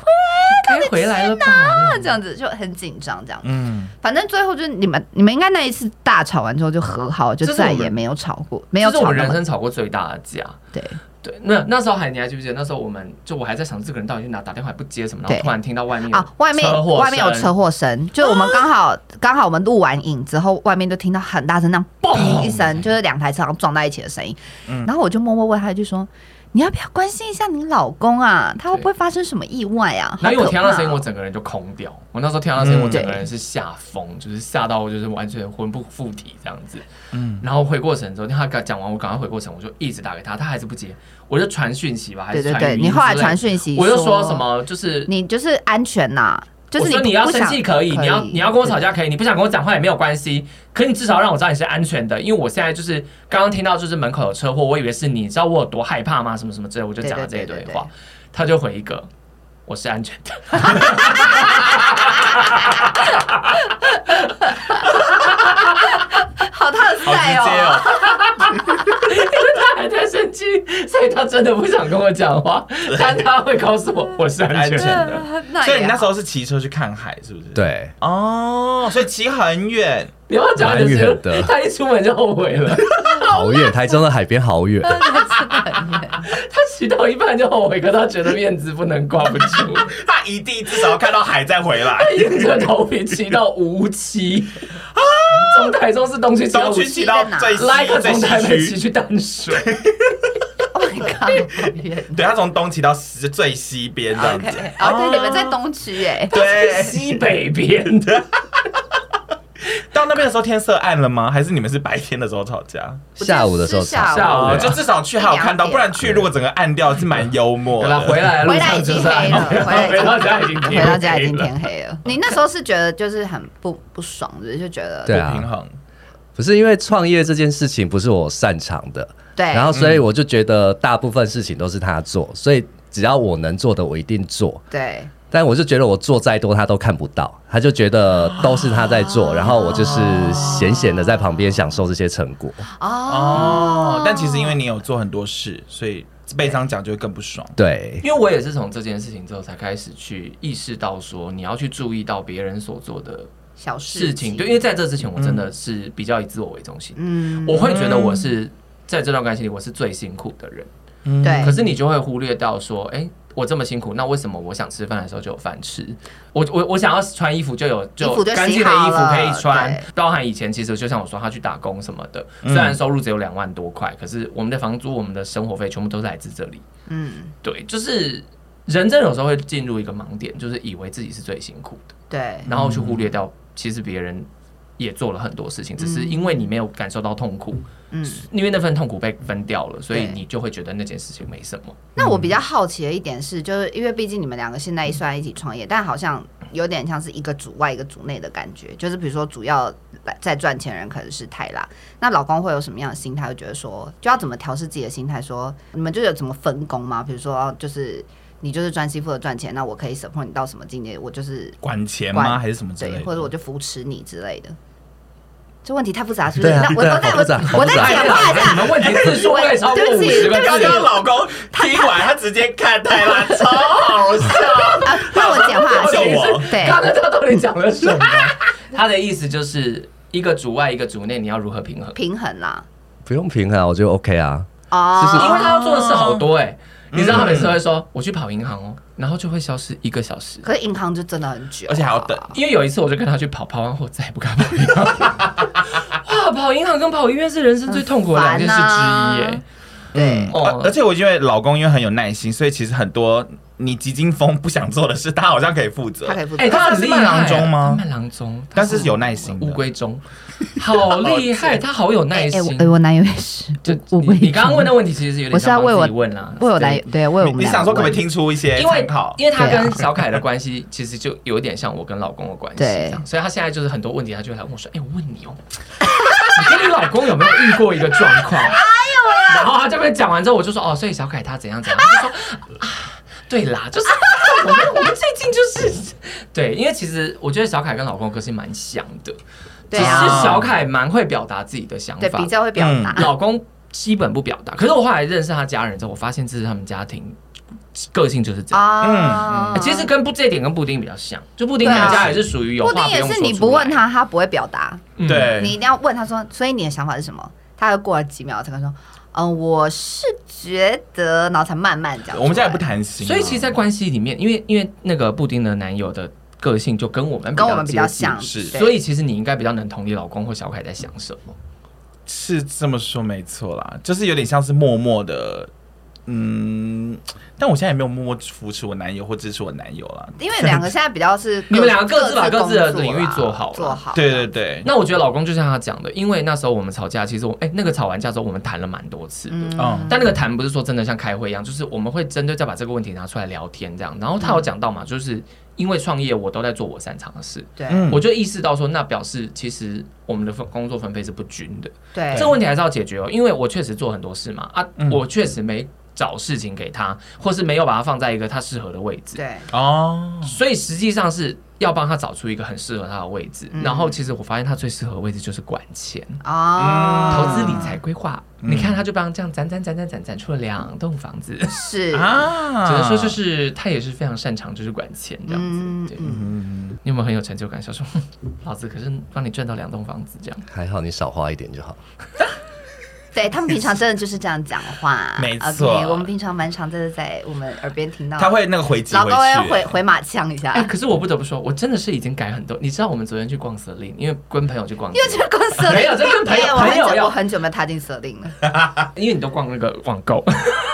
Speaker 4: 该回来了吧？嗯那
Speaker 6: 这样子就很紧张，这样。
Speaker 5: 嗯，
Speaker 6: 反正最后就是你们，你们应该那一次大吵完之后就和好，就
Speaker 4: 这是
Speaker 6: 再
Speaker 4: 我们
Speaker 6: 也没有吵过，没有
Speaker 4: 这是我
Speaker 6: 吵
Speaker 4: 们
Speaker 6: 那
Speaker 4: 人
Speaker 6: 么
Speaker 4: 生吵过最大的架。
Speaker 6: 对。
Speaker 4: 对，那那时候还你还记不记得？那时候我们就我还在想，这个人到底去哪打电话也不接什么，然后
Speaker 6: 对
Speaker 4: 突然听到外面
Speaker 6: 啊，外面
Speaker 4: 车祸
Speaker 6: 外面有车
Speaker 4: 祸，
Speaker 6: 祸声，就我们刚好刚好我们录完影之后，外面就听到很大声那样嘣一声，
Speaker 4: 哦
Speaker 6: 就是两台车好像撞在一起的声音。
Speaker 4: 嗯
Speaker 6: 然后我就默默问他一句说：“你要不要关心一下你老公啊？他会不会发生什么意外啊？”
Speaker 4: 然后因为我
Speaker 6: 好可
Speaker 4: 听
Speaker 6: 怕
Speaker 4: 到
Speaker 6: 哦
Speaker 4: 那声音，我整个人就空掉。我那时候听到那声音，
Speaker 5: 嗯
Speaker 4: 我整个人是吓疯，就是吓到就是完全魂不附体这样子。
Speaker 5: 嗯
Speaker 4: 嗯，然后回过神之后，他讲完，我赶快回过神，我就一直打给他，他还是不接，我就传讯息吧，还
Speaker 6: 对
Speaker 4: 是
Speaker 6: 对
Speaker 4: 传
Speaker 6: 对，
Speaker 4: 语音
Speaker 6: 你后来
Speaker 4: 之类的
Speaker 6: 传讯息，
Speaker 4: 我就说什？么就是。
Speaker 6: 你就是安全呐、就是
Speaker 4: 我说
Speaker 6: 不
Speaker 4: 你要
Speaker 6: 不
Speaker 4: 生
Speaker 6: 想
Speaker 4: 气可以，你要你要跟我吵
Speaker 6: 对
Speaker 4: 架可以，你不想跟我讲话也没有关系，可你至少让我知道你是安全的，因为我现在就是刚刚听到就是门口有车祸，我以为是你，你知道我有多害怕吗？什么什么之类，我就讲了这一
Speaker 6: 对
Speaker 4: 堆
Speaker 6: 对对对
Speaker 4: 话，他就回一个我是安全的，
Speaker 6: 好他的
Speaker 5: 好直
Speaker 6: 赛
Speaker 5: 接
Speaker 6: 哦。
Speaker 5: 哦，
Speaker 4: 他还在生气，所以他真的不想跟我讲话， 但他会告诉
Speaker 6: 嗯
Speaker 4: 我我是安全
Speaker 5: 安
Speaker 4: 的。
Speaker 6: 呃那
Speaker 5: 所以你 那时
Speaker 6: 候
Speaker 5: 候是骑车去看海，是不是？，
Speaker 7: 对，
Speaker 5: 哦，所以骑很远，
Speaker 4: 你要讲的
Speaker 7: 蛮
Speaker 4: 是
Speaker 7: 远的
Speaker 4: 他一出门就后悔了，
Speaker 7: 好远，台中的海边好远，
Speaker 4: 他骑到一半就后悔，可他觉得面子不能挂不住。
Speaker 5: 他一定至少要看到海再回来，
Speaker 4: 硬着头皮骑到无期从台中市东区骑到
Speaker 5: 东
Speaker 4: 无
Speaker 5: 区
Speaker 4: 期，
Speaker 5: 骑到最西
Speaker 4: 来个
Speaker 5: 最
Speaker 4: 从台北骑
Speaker 5: 西区，
Speaker 4: 去淡水，
Speaker 6: ，Oh my God，好远。
Speaker 5: 对他从东骑到西最西边这样子
Speaker 6: OK，哦，对，你们在东区哎，
Speaker 5: 对，
Speaker 4: 西北边的。
Speaker 5: 到那边的时候天色暗了吗？还是你们是白天的时候吵架？
Speaker 7: 下午的时候吵，
Speaker 4: 下午
Speaker 5: 哦，
Speaker 4: 啊
Speaker 5: 就至少去还有看到，不然去如果整个暗掉是蛮幽
Speaker 4: 好
Speaker 5: 默的。
Speaker 4: 了，回来路
Speaker 6: 回来
Speaker 4: 上
Speaker 6: 已
Speaker 4: 就
Speaker 6: 经
Speaker 4: 是
Speaker 6: 黑了，
Speaker 4: 回
Speaker 6: 回
Speaker 4: 到
Speaker 6: 来
Speaker 4: 家已经
Speaker 6: 回
Speaker 4: 天
Speaker 6: 到家已经
Speaker 4: 黑了
Speaker 6: 天黑 了。你那时候是觉得就是很不不爽，是不是就觉得
Speaker 7: 对
Speaker 5: 不平
Speaker 7: 啊，
Speaker 5: 衡。
Speaker 7: 不是因为创业这件事情不是我擅长的，
Speaker 6: 对，
Speaker 7: 然后所以我就觉得大部分事情都是他做，所以只要我能做的我一定做，
Speaker 6: 对
Speaker 7: 但我就觉得我做再多他都看不到，他就觉得都是他在
Speaker 4: 啊
Speaker 7: 做，然后我就是闲闲的在旁边享受这些成果。
Speaker 6: 啊
Speaker 5: 哦，但其实因为你有做很多事，所以被这样讲就会更不爽。
Speaker 7: 对，
Speaker 4: 因为我也是从这件事情之后才开始去意识到，说你要去注意到别人所做的
Speaker 6: 小
Speaker 4: 事情。
Speaker 6: 情
Speaker 4: 对，因为在这之前，我真的是比较以自我为中心，
Speaker 6: 嗯
Speaker 4: 我会觉得我是在这段关系里我是最辛苦的人。
Speaker 7: 嗯
Speaker 6: 对，
Speaker 4: 可是你就会忽略到说，哎、我这么辛苦，那为什么我想吃饭的时候就有饭吃？我我我想要穿衣服就有就
Speaker 6: 衣服
Speaker 4: 有
Speaker 6: 就洗
Speaker 4: 干净的衣服
Speaker 6: 好了
Speaker 4: 可以穿
Speaker 6: 对。
Speaker 4: 包含以前其实就像我说，他去打工什么的，虽然收入只有两万多块，可是我们的房租、我们的生活费全部都是来自这里。
Speaker 6: 嗯
Speaker 4: 对，就是人真的有时候会进入一个盲点，就是以为自己是最辛苦的，
Speaker 6: 对
Speaker 4: 然后去忽略掉其实别人也做了很多事情，只是因为你没有感受到痛苦，
Speaker 6: 嗯，
Speaker 4: 因为那份痛苦被分掉了，所以
Speaker 6: 对
Speaker 4: 你就会觉得那件事情没什么。
Speaker 6: 那我比
Speaker 7: 嗯
Speaker 6: 较好奇的一点是，就是因为毕竟你们两个现在虽然一起创业，但好像有点像是一个主外一个主内的感觉。就是比如说，主要在赚钱的人可能是泰拉，那老公会有什么样的心态？会觉得说，就要怎么调试自己的心态？说你们就有怎么分工吗？比如说，哦就是你就是专心负责赚钱，那我可以 support 你到什么境界，我就是
Speaker 5: 管钱
Speaker 6: 管
Speaker 5: 吗？还是什么之类
Speaker 6: 对，
Speaker 5: 的？
Speaker 6: 或者我就扶持你之类的。这问题太复杂，是不是？
Speaker 7: 对啊
Speaker 6: 那我
Speaker 7: 对啊
Speaker 6: 我再
Speaker 7: 好
Speaker 6: 我
Speaker 7: 复杂好
Speaker 6: 我
Speaker 4: 哎
Speaker 7: 复杂
Speaker 6: 再简化一下
Speaker 4: 你。们问题次数会超过
Speaker 6: 对不
Speaker 4: 五
Speaker 6: 起
Speaker 4: 十个
Speaker 6: 对不
Speaker 5: 刚
Speaker 6: 起
Speaker 4: 字。
Speaker 5: 刚老公听完，他直接看太 辣，超好笑。
Speaker 6: 啊， 那我简化
Speaker 5: 救我
Speaker 6: 对，
Speaker 4: 刚才他到底讲了什么？ 他的意思就是一个主外一个主内，你要如何平衡？
Speaker 6: 平衡啦。
Speaker 7: 不用平衡啊，我觉得 OK 啊。
Speaker 6: 哦，
Speaker 7: 就是
Speaker 4: 因为他要做的事好多哎、你知道他每次会说我去跑银行哦，然后就会消失一个小时。
Speaker 6: 可是银行就真的很久啊、
Speaker 5: 而且还要等
Speaker 4: 因为有一次我就跟他去跑，跑完后我再也不敢跑 银行。哇，跑银行跟跑医院是人生最痛苦的
Speaker 6: 啊
Speaker 4: 两件事之一耶、
Speaker 5: 对
Speaker 4: 哦
Speaker 5: 而而且我因为老公因为很有耐心，所以其实很多你急惊风不想做的事，他好像可以负责
Speaker 6: 他。可以不
Speaker 4: 哎、
Speaker 6: 懂。
Speaker 4: 他很厉害
Speaker 5: 他是慢郎中吗
Speaker 4: 他慢郎中，
Speaker 5: 但是有耐心的
Speaker 4: 乌龟中，好 厉害，他好有耐
Speaker 6: 哎、我
Speaker 4: 心哦
Speaker 6: 哎、。我男友也是，
Speaker 4: 就
Speaker 6: 我
Speaker 4: 你你刚刚问
Speaker 6: 的，
Speaker 4: 的问题，其实有点
Speaker 6: 我是要
Speaker 4: 像
Speaker 6: 为
Speaker 4: 帮
Speaker 6: 我
Speaker 4: 自己问啦，
Speaker 6: 为我男
Speaker 4: 对
Speaker 6: 友，对，为我
Speaker 5: 你
Speaker 6: 们
Speaker 5: 你
Speaker 6: 俩
Speaker 5: 想说可不可以
Speaker 6: 问？
Speaker 5: 听出一些
Speaker 4: 因为
Speaker 5: 参考？
Speaker 4: 因为他
Speaker 6: 对啊
Speaker 4: 跟小凯的关系其实就有点像我跟老公的关系
Speaker 6: 对
Speaker 4: 这样，所以他现在就是很多问题，他就会来问我说：“哎、我问你哦， 你跟你老公有没有遇过一个状 况？”
Speaker 6: 哎啊
Speaker 4: 然后他这边讲完之后，我就说：“哦，所以小凯他怎样怎样。”他就说：“啊，对啦，就是 我们我们最近就是对，因为其实我觉得小凯跟老公的个性蛮像的，
Speaker 6: 对
Speaker 4: 只
Speaker 6: 啊，
Speaker 4: 是小凯蛮会表达自己的想
Speaker 6: 对，
Speaker 4: 法
Speaker 6: 比，较会表达。
Speaker 4: 老公基本不表达。可是我后来认识他家人之后，我发现这是他们家庭个性就是这样。
Speaker 6: 啊、
Speaker 4: 欸嗯其实跟布这一点跟布丁比较像，就布丁
Speaker 6: 对啊
Speaker 4: 他家也是属于有
Speaker 6: 布
Speaker 4: 话
Speaker 6: 丁也
Speaker 4: 用说
Speaker 6: 是你
Speaker 4: 出
Speaker 6: 不问
Speaker 4: 来，
Speaker 6: 他，他不会表达，
Speaker 4: 嗯，
Speaker 6: 你
Speaker 5: 对，
Speaker 6: 一定要问他说，所以你的想法是什么？他又过了几秒才跟他说，嗯、我是觉得，然后才慢慢讲出来。
Speaker 5: 我们家也不谈心啊，
Speaker 4: 所以其实，在关系里面，因为因为那个布丁的男友的个性就跟我们
Speaker 6: 跟我们比较
Speaker 4: 接近
Speaker 6: 像，
Speaker 5: 是
Speaker 6: 对
Speaker 4: 所以其实你应该比较能同理老公或小凯在想什么。
Speaker 5: 是这么说没错啦，就是有点像是默默的，嗯，但我现在也没有默默扶持我男友或支持我男友啦。
Speaker 6: 因为两个现在比较是
Speaker 4: 你们两个各自把
Speaker 6: 各
Speaker 4: 各自的领域
Speaker 6: 工
Speaker 4: 做
Speaker 6: 作啦啊
Speaker 4: 好了
Speaker 6: 做好。
Speaker 5: 对对对，
Speaker 4: 那我觉得老公就像他讲的，因为那时候我们吵架，其实我哎、那个吵完架之后，我们谈了蛮多次的。
Speaker 5: 嗯，
Speaker 4: 但那个谈不是说真的像开会一样，就是我们会针对再把这个问题拿出来聊天这样。然后他有讲到嘛，就是因为创业，我都在做我擅长的事，
Speaker 6: 对
Speaker 5: 嗯
Speaker 4: 我就意识到说，那表示其实我们的分工作分配是不均的。
Speaker 6: 对，
Speaker 4: 这个问题还是要解决哦，因为我确实做很多事嘛，啊，
Speaker 5: 嗯
Speaker 4: 我确实没找事情给他，或是没有把他放在一个他适合的位置，
Speaker 6: 对
Speaker 5: 哦，
Speaker 4: 所以实际上是要帮他找出一个很适合他的位置。
Speaker 6: 嗯
Speaker 4: 然后其实我发现他最适合的位置就是管钱、
Speaker 6: 啊，
Speaker 4: 投资理财规划。
Speaker 5: 嗯
Speaker 4: 你看，他就帮这样攒攒攒攒攒攒出了两栋房子，只
Speaker 6: 是
Speaker 5: 啊，
Speaker 4: 能说就是他也是非常擅长就是管钱这样
Speaker 6: 嗯
Speaker 4: 子。对，你
Speaker 5: 嗯，
Speaker 4: 有没有很有成就感？想说，哼老子可是帮你赚到两栋房子这 样。
Speaker 7: 还好你少花一点就好。
Speaker 6: 对他们平常真的就是这样讲 话，
Speaker 5: 没错
Speaker 6: OK，我们平常蛮常真的在我们耳边听到，
Speaker 5: 他会那个回击
Speaker 6: 老高要
Speaker 5: 去
Speaker 6: 回回马枪一下
Speaker 4: 哎、，可是我不得不说，我真的是已经改很多。你知道我们昨天去逛色令，因为跟朋友去逛，
Speaker 6: 因为这个跟色令
Speaker 4: 没有这跟朋友
Speaker 6: 没有我很
Speaker 4: 朋友
Speaker 6: 久
Speaker 4: 要
Speaker 6: 我很久没有踏进色令了，
Speaker 4: 因为你都逛那个网购，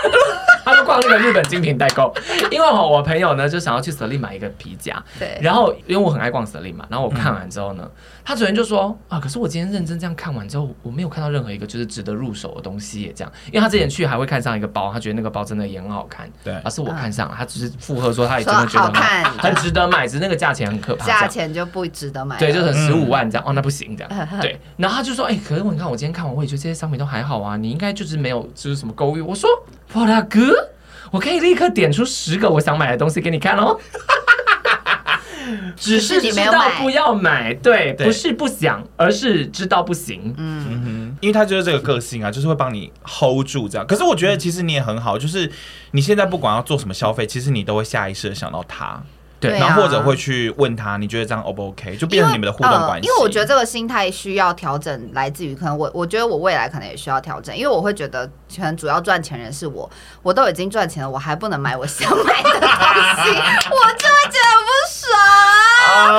Speaker 4: 他都逛那个日本精品代购。因为我我朋友呢就想要去色令买一个皮夹，
Speaker 6: 对，嗯
Speaker 4: 然后因为我很爱逛色令嘛，然后我看完之后呢，他昨天就说啊，可是我今天认真这样看完之后，我没有看到任何一个就是值得入手的东西耶，这样。因为他之前去还会看上一个包，他觉得那个包真的也很好看，
Speaker 5: 对
Speaker 4: 而、是我看上了，他只是附和说他也真的觉
Speaker 6: 嗯说
Speaker 4: 得
Speaker 6: 好看
Speaker 4: 很值得买，只是那个价钱很可怕，这样
Speaker 6: 价钱就不值得买了，
Speaker 4: 对，就是
Speaker 5: 嗯
Speaker 4: 十五万这样、哦，那不行这 样。对，然后他就说，哎、可是我你看我今天看完，我也觉得这些商品都还好啊，你应该就是没有就是什么勾玉。我说，我的哥，我可以立刻点出十个我想买的东西给你看 哦。只是
Speaker 6: 你
Speaker 4: 知
Speaker 6: 没有
Speaker 4: 道
Speaker 6: 买
Speaker 4: 不要买，对，
Speaker 5: 对
Speaker 4: 不是不想，而是知道不行。
Speaker 6: 嗯，
Speaker 5: 嗯哼，因为他就是这个个性啊，就是会帮你 hold 住这样。可是我觉得其实你也很好，就是你现在不管要做什么消费，其实你都会下意识的想到他，
Speaker 4: 对
Speaker 6: 对啊
Speaker 5: 然后或者会去问他，你觉得这样 O 不 OK？就变成你们的互动关
Speaker 6: 因为呃。
Speaker 5: 系。
Speaker 6: 因为我觉得这个心态需要调整，来自于可能我，我觉得我未来可能也需要调整，因为我会觉得可能主要赚钱人是我，我都已经赚钱了，我还不能买我想买的东西，我就会觉得很不 爽。
Speaker 5: 啊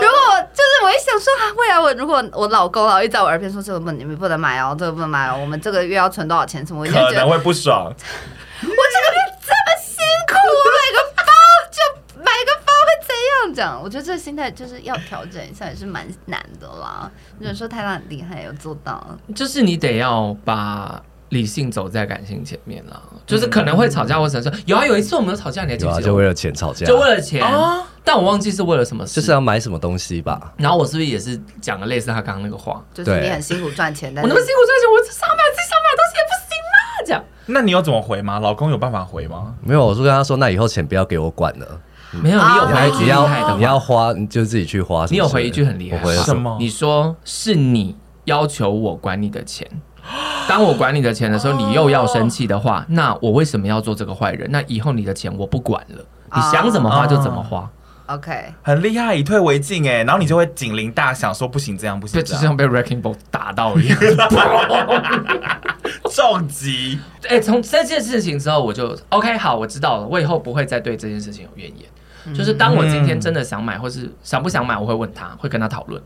Speaker 6: 如果就是我一想说啊，未来我如果我老公老一在我耳边说这个不你们不能买哦，这个不能买哦，我们这个月要存多少钱什么，我就觉
Speaker 5: 可
Speaker 6: 得
Speaker 5: 能会不爽，
Speaker 6: 我这个月这么辛苦，我买个包就买个包会怎样？样讲，我觉得这个心态就是要调整一下，也是蛮难的啦。有人说泰拉很厉害，有做到，
Speaker 4: 就是你得要把理性走在感性前面啦，就是可能会吵架或者说有啊，有一次我们有吵架，你还记
Speaker 7: 嗯有
Speaker 4: 不
Speaker 7: 啊，
Speaker 4: 记得？
Speaker 7: 就为了钱吵架，
Speaker 4: 就为了钱
Speaker 6: 哦
Speaker 5: 啊
Speaker 4: 但我忘记是为了什么事。
Speaker 7: 就是要买什么东西吧。
Speaker 4: 然后我是不是也是讲了类似他刚刚那个话？
Speaker 6: 就是你
Speaker 7: 对
Speaker 6: 很辛苦赚钱，但
Speaker 4: 我那
Speaker 6: 是
Speaker 4: 么辛苦赚钱，我想买自己想买的东西也不行吗？这样
Speaker 5: 那你有怎么回吗？老公有办法回吗？
Speaker 7: 没有，我是跟他说，那以后钱不要给我管了，
Speaker 4: 没有你有回一
Speaker 7: 你嗯啊
Speaker 4: 句
Speaker 7: 要你
Speaker 4: 哦厉害
Speaker 7: 要
Speaker 4: 的
Speaker 7: 你
Speaker 4: 吗？
Speaker 7: 要花，你就自己去花。
Speaker 4: 你有回一句很厉害
Speaker 7: 我回了
Speaker 5: 什么
Speaker 4: 你说是你要求我管你的 钱，当我管你的钱的时候，你又要生气的话，那我为什么要做这个坏人？那以后你的钱我不管了，你想怎么花就怎么
Speaker 7: 啊
Speaker 4: 花。
Speaker 6: OK，
Speaker 5: 很厉害，以退为进哎，然后你就会警铃大响，说不行这样不
Speaker 4: 对，
Speaker 5: 行这
Speaker 4: 就
Speaker 5: 样，
Speaker 4: 像被
Speaker 7: 啊
Speaker 4: Wrecking Ball 打到 一样。
Speaker 5: 重击。
Speaker 4: 哎、从这件事情之后，我就 OK，好，我知道了，我以后不会再对这件事情有怨言。
Speaker 6: 嗯
Speaker 4: 就是当我今天真的想买，或是想不想买，我会问他，会跟他讨论，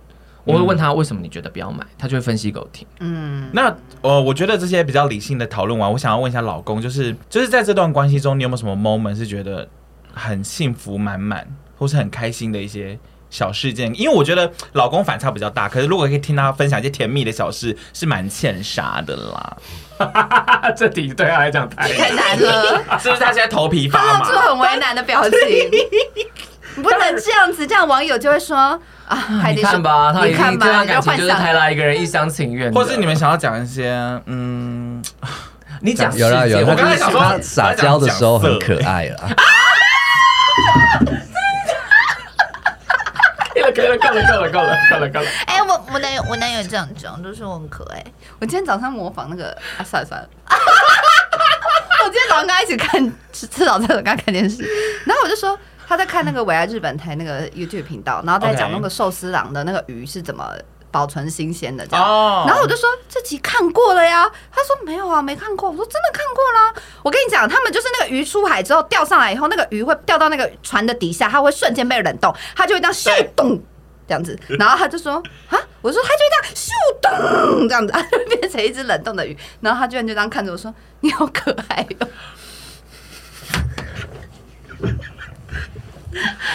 Speaker 4: 我会问他为什么你觉得不要买，他就会分析给我听。
Speaker 6: 嗯，
Speaker 5: 那呃，我觉得这些比较理性的讨论完，我想要问一下老公，就是就是在这段关系中，你有没有什么 moment 是觉得很幸福满满，或是很开心的一些小事件？因为我觉得老公反差比较大，可是如果可以听他分享一些甜蜜的小事，是蛮欠杀的啦。
Speaker 4: 这题对他来讲太
Speaker 6: 太难了，
Speaker 4: 啊
Speaker 5: 是不是他现在头皮
Speaker 6: 他
Speaker 5: 发
Speaker 6: 露出
Speaker 5: 麻？
Speaker 6: 很为难的表 情。你不能这样子，这样网友就会说啊，海
Speaker 4: 你
Speaker 6: 迪
Speaker 4: 看吧，他
Speaker 6: 你
Speaker 4: 已经
Speaker 6: 看
Speaker 4: 这
Speaker 6: 吧，
Speaker 4: 段
Speaker 6: 你就
Speaker 4: 感情
Speaker 6: 幻
Speaker 4: 就是
Speaker 6: 想
Speaker 4: 泰拉一个人一厢情愿的，
Speaker 5: 或是你们想要讲一些嗯，
Speaker 4: 你讲
Speaker 7: 有啦
Speaker 4: 细
Speaker 7: 有
Speaker 4: 节
Speaker 7: 啦，
Speaker 4: 我
Speaker 5: 我刚
Speaker 4: 刚
Speaker 5: 才
Speaker 4: 才想
Speaker 5: 想说
Speaker 7: 他撒娇的时候很可爱啦。
Speaker 4: 可以了，可以了，够了，够了，够了，够了，够了。
Speaker 6: 哎、我我男友我男友这样讲，就是我很可爱。 我今天早上模仿那个，啊，算了算 了。我今天早上跟他一起看吃吃早餐，我跟他看电视，然后我就说他在看那个《我爱日本台》那个 YouTube 频道，然后在讲
Speaker 5: OK
Speaker 6: 那个寿司郎的那个鱼是怎么保存新鲜的这样。
Speaker 5: 哦，
Speaker 6: 然后我就说这集看过了呀，他说没有啊，没看过。我说真的看过啦。我跟你讲，他们就是那个鱼出海之后钓上来以后，那个鱼会掉到那个船的底下，它会瞬间被冷冻，它就会这样咻咚这样 子。然后他就说啊，我说它就会这样咻咚这样子，它就变成一只冷冻的鱼。然后他居然就这样看着我说：“你好可爱哦哟、啊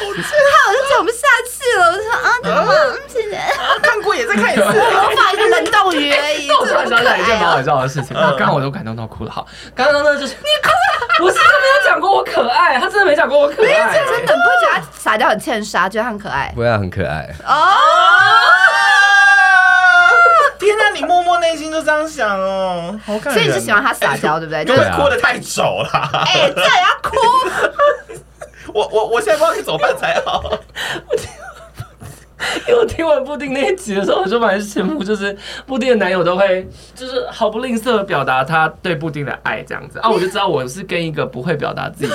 Speaker 6: 我就讲不下去了，我就说啊，怎么了？嗯谢谢。
Speaker 5: 啊看过也在看一
Speaker 6: 我
Speaker 5: 次。
Speaker 6: 模仿一个冷冻鱼而 已，
Speaker 4: 那我突
Speaker 6: 这么
Speaker 4: 然
Speaker 6: 可
Speaker 4: 想起来一件
Speaker 6: 爱
Speaker 4: 蛮好
Speaker 6: 啊！
Speaker 4: 笑的事情，刚刚我都感动到哭了。好，刚刚呢就是你哭了，不是他没有讲过我可爱，他真的没讲过我可爱，
Speaker 6: 哎真的，你不会觉得他撒娇很欠杀，觉得他很可爱
Speaker 7: 不要啊很可爱，
Speaker 6: 哦。
Speaker 5: 啊天哪、你默默内心就这样想哦，好感人。
Speaker 6: 所以你是喜欢他撒娇，对不对？
Speaker 5: 因
Speaker 6: 就
Speaker 5: 为
Speaker 6: 是
Speaker 7: 对啊
Speaker 5: 哭的太丑了，
Speaker 6: 哎，这也要哭，
Speaker 5: 我我我现在不知道该怎么办才好。
Speaker 4: 因为我听完布丁那一集的时候，我就蛮羡慕，就是布丁的男友都会就是毫不吝啬地表达他对布丁的爱这样子 啊，我就知道我是跟一个不会表达自己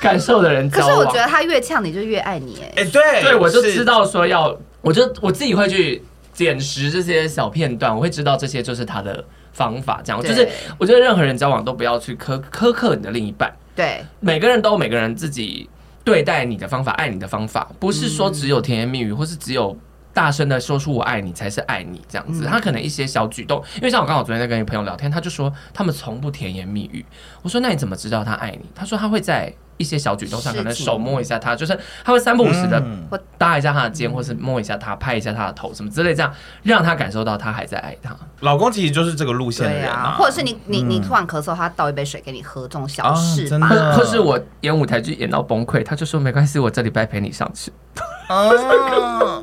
Speaker 4: 感受的人
Speaker 6: 可
Speaker 4: 交
Speaker 6: 是
Speaker 4: 往。
Speaker 6: 我觉得他越呛你就越爱你，哎，
Speaker 5: 哎、对，
Speaker 4: 对，我就是知道说要，我就我自己会去捡拾这些小片段，我会知道这些就是他的方法，这样
Speaker 6: 对
Speaker 4: 就是我觉得任何人交往都不要去苛苛刻你的另一半，
Speaker 6: 对，啊
Speaker 4: 每个人都有每个人自己对待你的方法，爱你的方法，不是说只有甜言蜜语，或是只有大声的说出我爱你才是爱你这样子。他可能一些小举动，因为像我刚好昨天在跟一个朋友聊天，他就说他们从不甜言蜜语。我说那你怎么知道他爱你？他说他会在一些小举动上，
Speaker 6: 事情
Speaker 4: 可能手摸一下他，就是他会三不五时的
Speaker 5: 嗯
Speaker 4: 搭一下他的肩，或是摸一下他，拍一下他的头，什么之类，这样让他感受到他还在爱他。
Speaker 5: 老公其实就是这个路线的
Speaker 6: 对
Speaker 5: 人
Speaker 6: 啊，或者是你你你突然咳嗽，他倒一杯水给你喝，这种小
Speaker 5: 啊
Speaker 6: 事
Speaker 5: 真
Speaker 6: 吧
Speaker 5: 的。嗯
Speaker 4: 或是我演舞台剧演到崩溃，他就说没关系，我这礼拜陪你上去。
Speaker 5: 啊 嗯，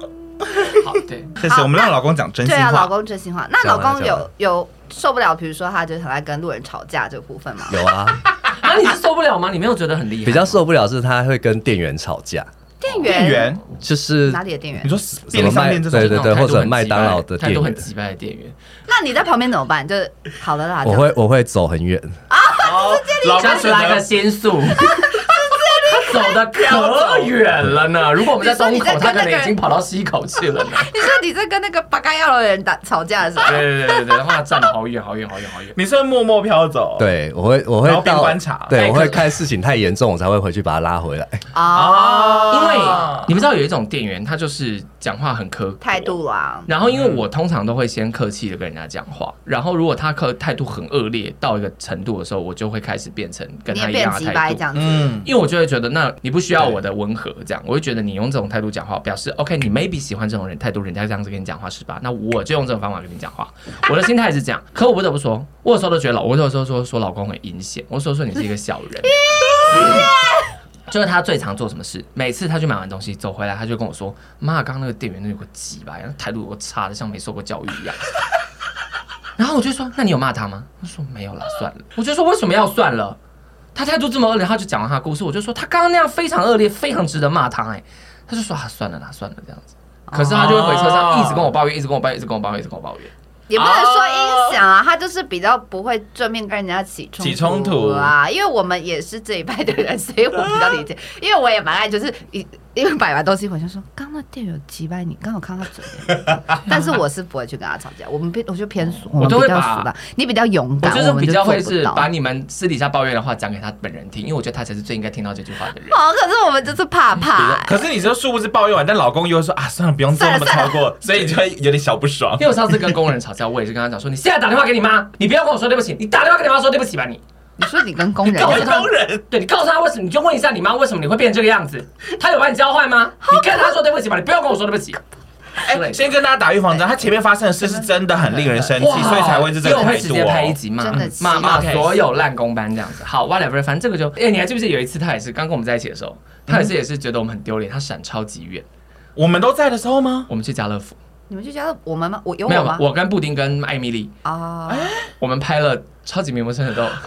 Speaker 4: 好，对。
Speaker 5: 谢谢，我们让老公讲真心
Speaker 6: 对啊，老
Speaker 5: 话。
Speaker 6: 公真心话。那老
Speaker 7: 讲完了
Speaker 6: 公
Speaker 7: 讲完
Speaker 6: 有有受不了，比如说他就是很爱跟路人吵架这个部分吗？
Speaker 7: 有啊。
Speaker 4: 啊，你是受不了吗？你没有觉得很厉害吗？
Speaker 7: 比较受不了是他会跟店员吵架，
Speaker 6: 店
Speaker 5: 店
Speaker 6: 员
Speaker 5: 员，
Speaker 7: 就是
Speaker 6: 哪里的店
Speaker 5: 你
Speaker 6: 员？
Speaker 5: 说
Speaker 7: 什
Speaker 5: 便
Speaker 7: 么
Speaker 5: 利商
Speaker 7: 卖
Speaker 5: 店这种，
Speaker 7: 对对对，
Speaker 4: 态
Speaker 7: 或
Speaker 4: 度很
Speaker 7: 者麦当劳的
Speaker 4: 态
Speaker 7: 店
Speaker 4: 度很
Speaker 7: 员，
Speaker 4: 急败的店员，
Speaker 6: 那你在旁边怎么办？就是好了啦，
Speaker 7: 我
Speaker 6: 这样
Speaker 7: 会我会走很远，
Speaker 5: 哦老公
Speaker 4: 像是
Speaker 5: 选
Speaker 4: 来个
Speaker 5: 择
Speaker 4: 仙素。他走的可远了呢，如果我们在东
Speaker 6: 你说
Speaker 4: 口，
Speaker 6: 你在
Speaker 4: 他
Speaker 6: 跟那
Speaker 4: 可
Speaker 6: 个
Speaker 4: 能已经跑到西口 去了呢。
Speaker 6: 你说你在跟那个八嘎要的人打吵架的时候，
Speaker 4: 对对对对对，哇，站得好远好远好远好远。
Speaker 5: 你是会默默飘走，，
Speaker 7: 对我会我
Speaker 5: 哦
Speaker 7: 会
Speaker 5: 然后边
Speaker 7: 到
Speaker 5: 观察
Speaker 4: 哎
Speaker 7: 对我会
Speaker 4: 可
Speaker 7: 看事情太严重，我才会回去把他拉回来。
Speaker 5: 啊
Speaker 6: 哦，
Speaker 4: 因为你们知道有一种店员，他就是讲话很苛刻
Speaker 6: 态。度啊啦，
Speaker 4: 然后因为我通常都会先客气的跟人家讲话，然后如果他客态度很恶劣到一个程度的时候，我就会开始变成跟
Speaker 6: 你
Speaker 4: 他
Speaker 6: 也
Speaker 4: 一
Speaker 6: 变
Speaker 4: 样的
Speaker 6: 急
Speaker 4: 态
Speaker 6: 掰
Speaker 4: 度
Speaker 6: 这。样子，
Speaker 5: 嗯，
Speaker 4: 因为我就会觉得，那像你不需要我的温和，这样我会觉得你用这种态度讲话，表示 OK，你 maybe 喜欢这种人态度，人家这样子跟你讲话是吧？那我就用这种方法跟你讲话，我的心态是这样。可我不得不说，我有时候都觉得老，我有时候说说老公很阴险，我有时候说你是一个小人。就是他最常做什么事？每次他去买完东西走回来，他就跟我说：“妈，刚刚那个店员那有个鸡吧，然后态度有个差的，像没受过教育一样。”然后我就说：“那你有骂他吗？”他说：“没有啦，算了。”我就说：“为什么要算了？”他态度这么恶劣，他就讲完他的故事，我就说他刚刚那样非常恶劣，非常值得骂他、哎，他就说啊，算了啦，算了这样子。
Speaker 6: 哦
Speaker 4: 可是他就会回车上一直跟我抱怨，一直跟我抱怨，一直跟我抱怨，一直跟我抱怨。
Speaker 6: 也不能说
Speaker 4: 哦
Speaker 6: 影响啊，他就是比较不会正面跟人家起冲
Speaker 5: 起冲突
Speaker 6: 啊，因为我们也是这一派的人，所以我比较 理解，因为我也蛮爱就是一。因为买完东西回去说，刚刚那店员击败你，刚好看到嘴 脸，但是我是不会去跟他吵架，我们比我就偏俗，
Speaker 4: 我
Speaker 6: 们
Speaker 4: 都
Speaker 6: 比
Speaker 4: 会
Speaker 6: 较
Speaker 4: 把
Speaker 6: 俗的，你比较勇
Speaker 4: 我
Speaker 6: 敢，
Speaker 4: 就
Speaker 6: 我
Speaker 4: 是
Speaker 6: 们
Speaker 4: 比较
Speaker 6: 做
Speaker 4: 会
Speaker 6: 不
Speaker 4: 是
Speaker 6: 到
Speaker 4: 把你们私底下抱怨的话讲给他本人听，因为我觉得他才是最应该听到这句话的人。
Speaker 6: 哦，可是我们就是怕 怕、欸
Speaker 5: 可是你这殊不知抱怨完，但老公又会说啊，算了，不用做那么超过，所以你就会有点小不爽
Speaker 4: 因。为我上次跟工人吵架，我也是跟他讲说，你现在打电话给你妈，你不要跟我说对不起，你打电话给你妈说对不起吧你。
Speaker 6: 你说你跟工人
Speaker 4: 告
Speaker 6: 一
Speaker 4: 诉
Speaker 6: 样，
Speaker 4: 他人， 对你告诉他为什么，你就问一下你妈为什么你会变成这个样子，她有把你教坏吗？你跟她说对不起吧，你不要跟我说对不起。
Speaker 5: 哎、先跟大家打预防针，他前面发生的事是真的很令人生气，
Speaker 4: 哇，
Speaker 5: 所以才会是这个
Speaker 4: 又会
Speaker 5: 态
Speaker 4: 直
Speaker 5: 度
Speaker 4: 接拍一
Speaker 5: 哦。
Speaker 4: 集骂
Speaker 6: 真的气
Speaker 4: 骂骂
Speaker 6: OK
Speaker 4: 所有烂工班这样子。好，whatever，反正这个就，哎、你还记不记得有一次他也是刚跟我们在一起的时候，他也是也是觉得我们很丢脸，他闪超级远，
Speaker 5: 我们都在的时候吗？
Speaker 4: 我们去家乐福，
Speaker 6: 你们就觉得我们吗？我有
Speaker 4: 没
Speaker 6: 我
Speaker 4: 有
Speaker 6: 吗？
Speaker 4: 我跟布丁跟艾米丽，
Speaker 6: 啊，
Speaker 4: 我们拍了超级名模生的斗。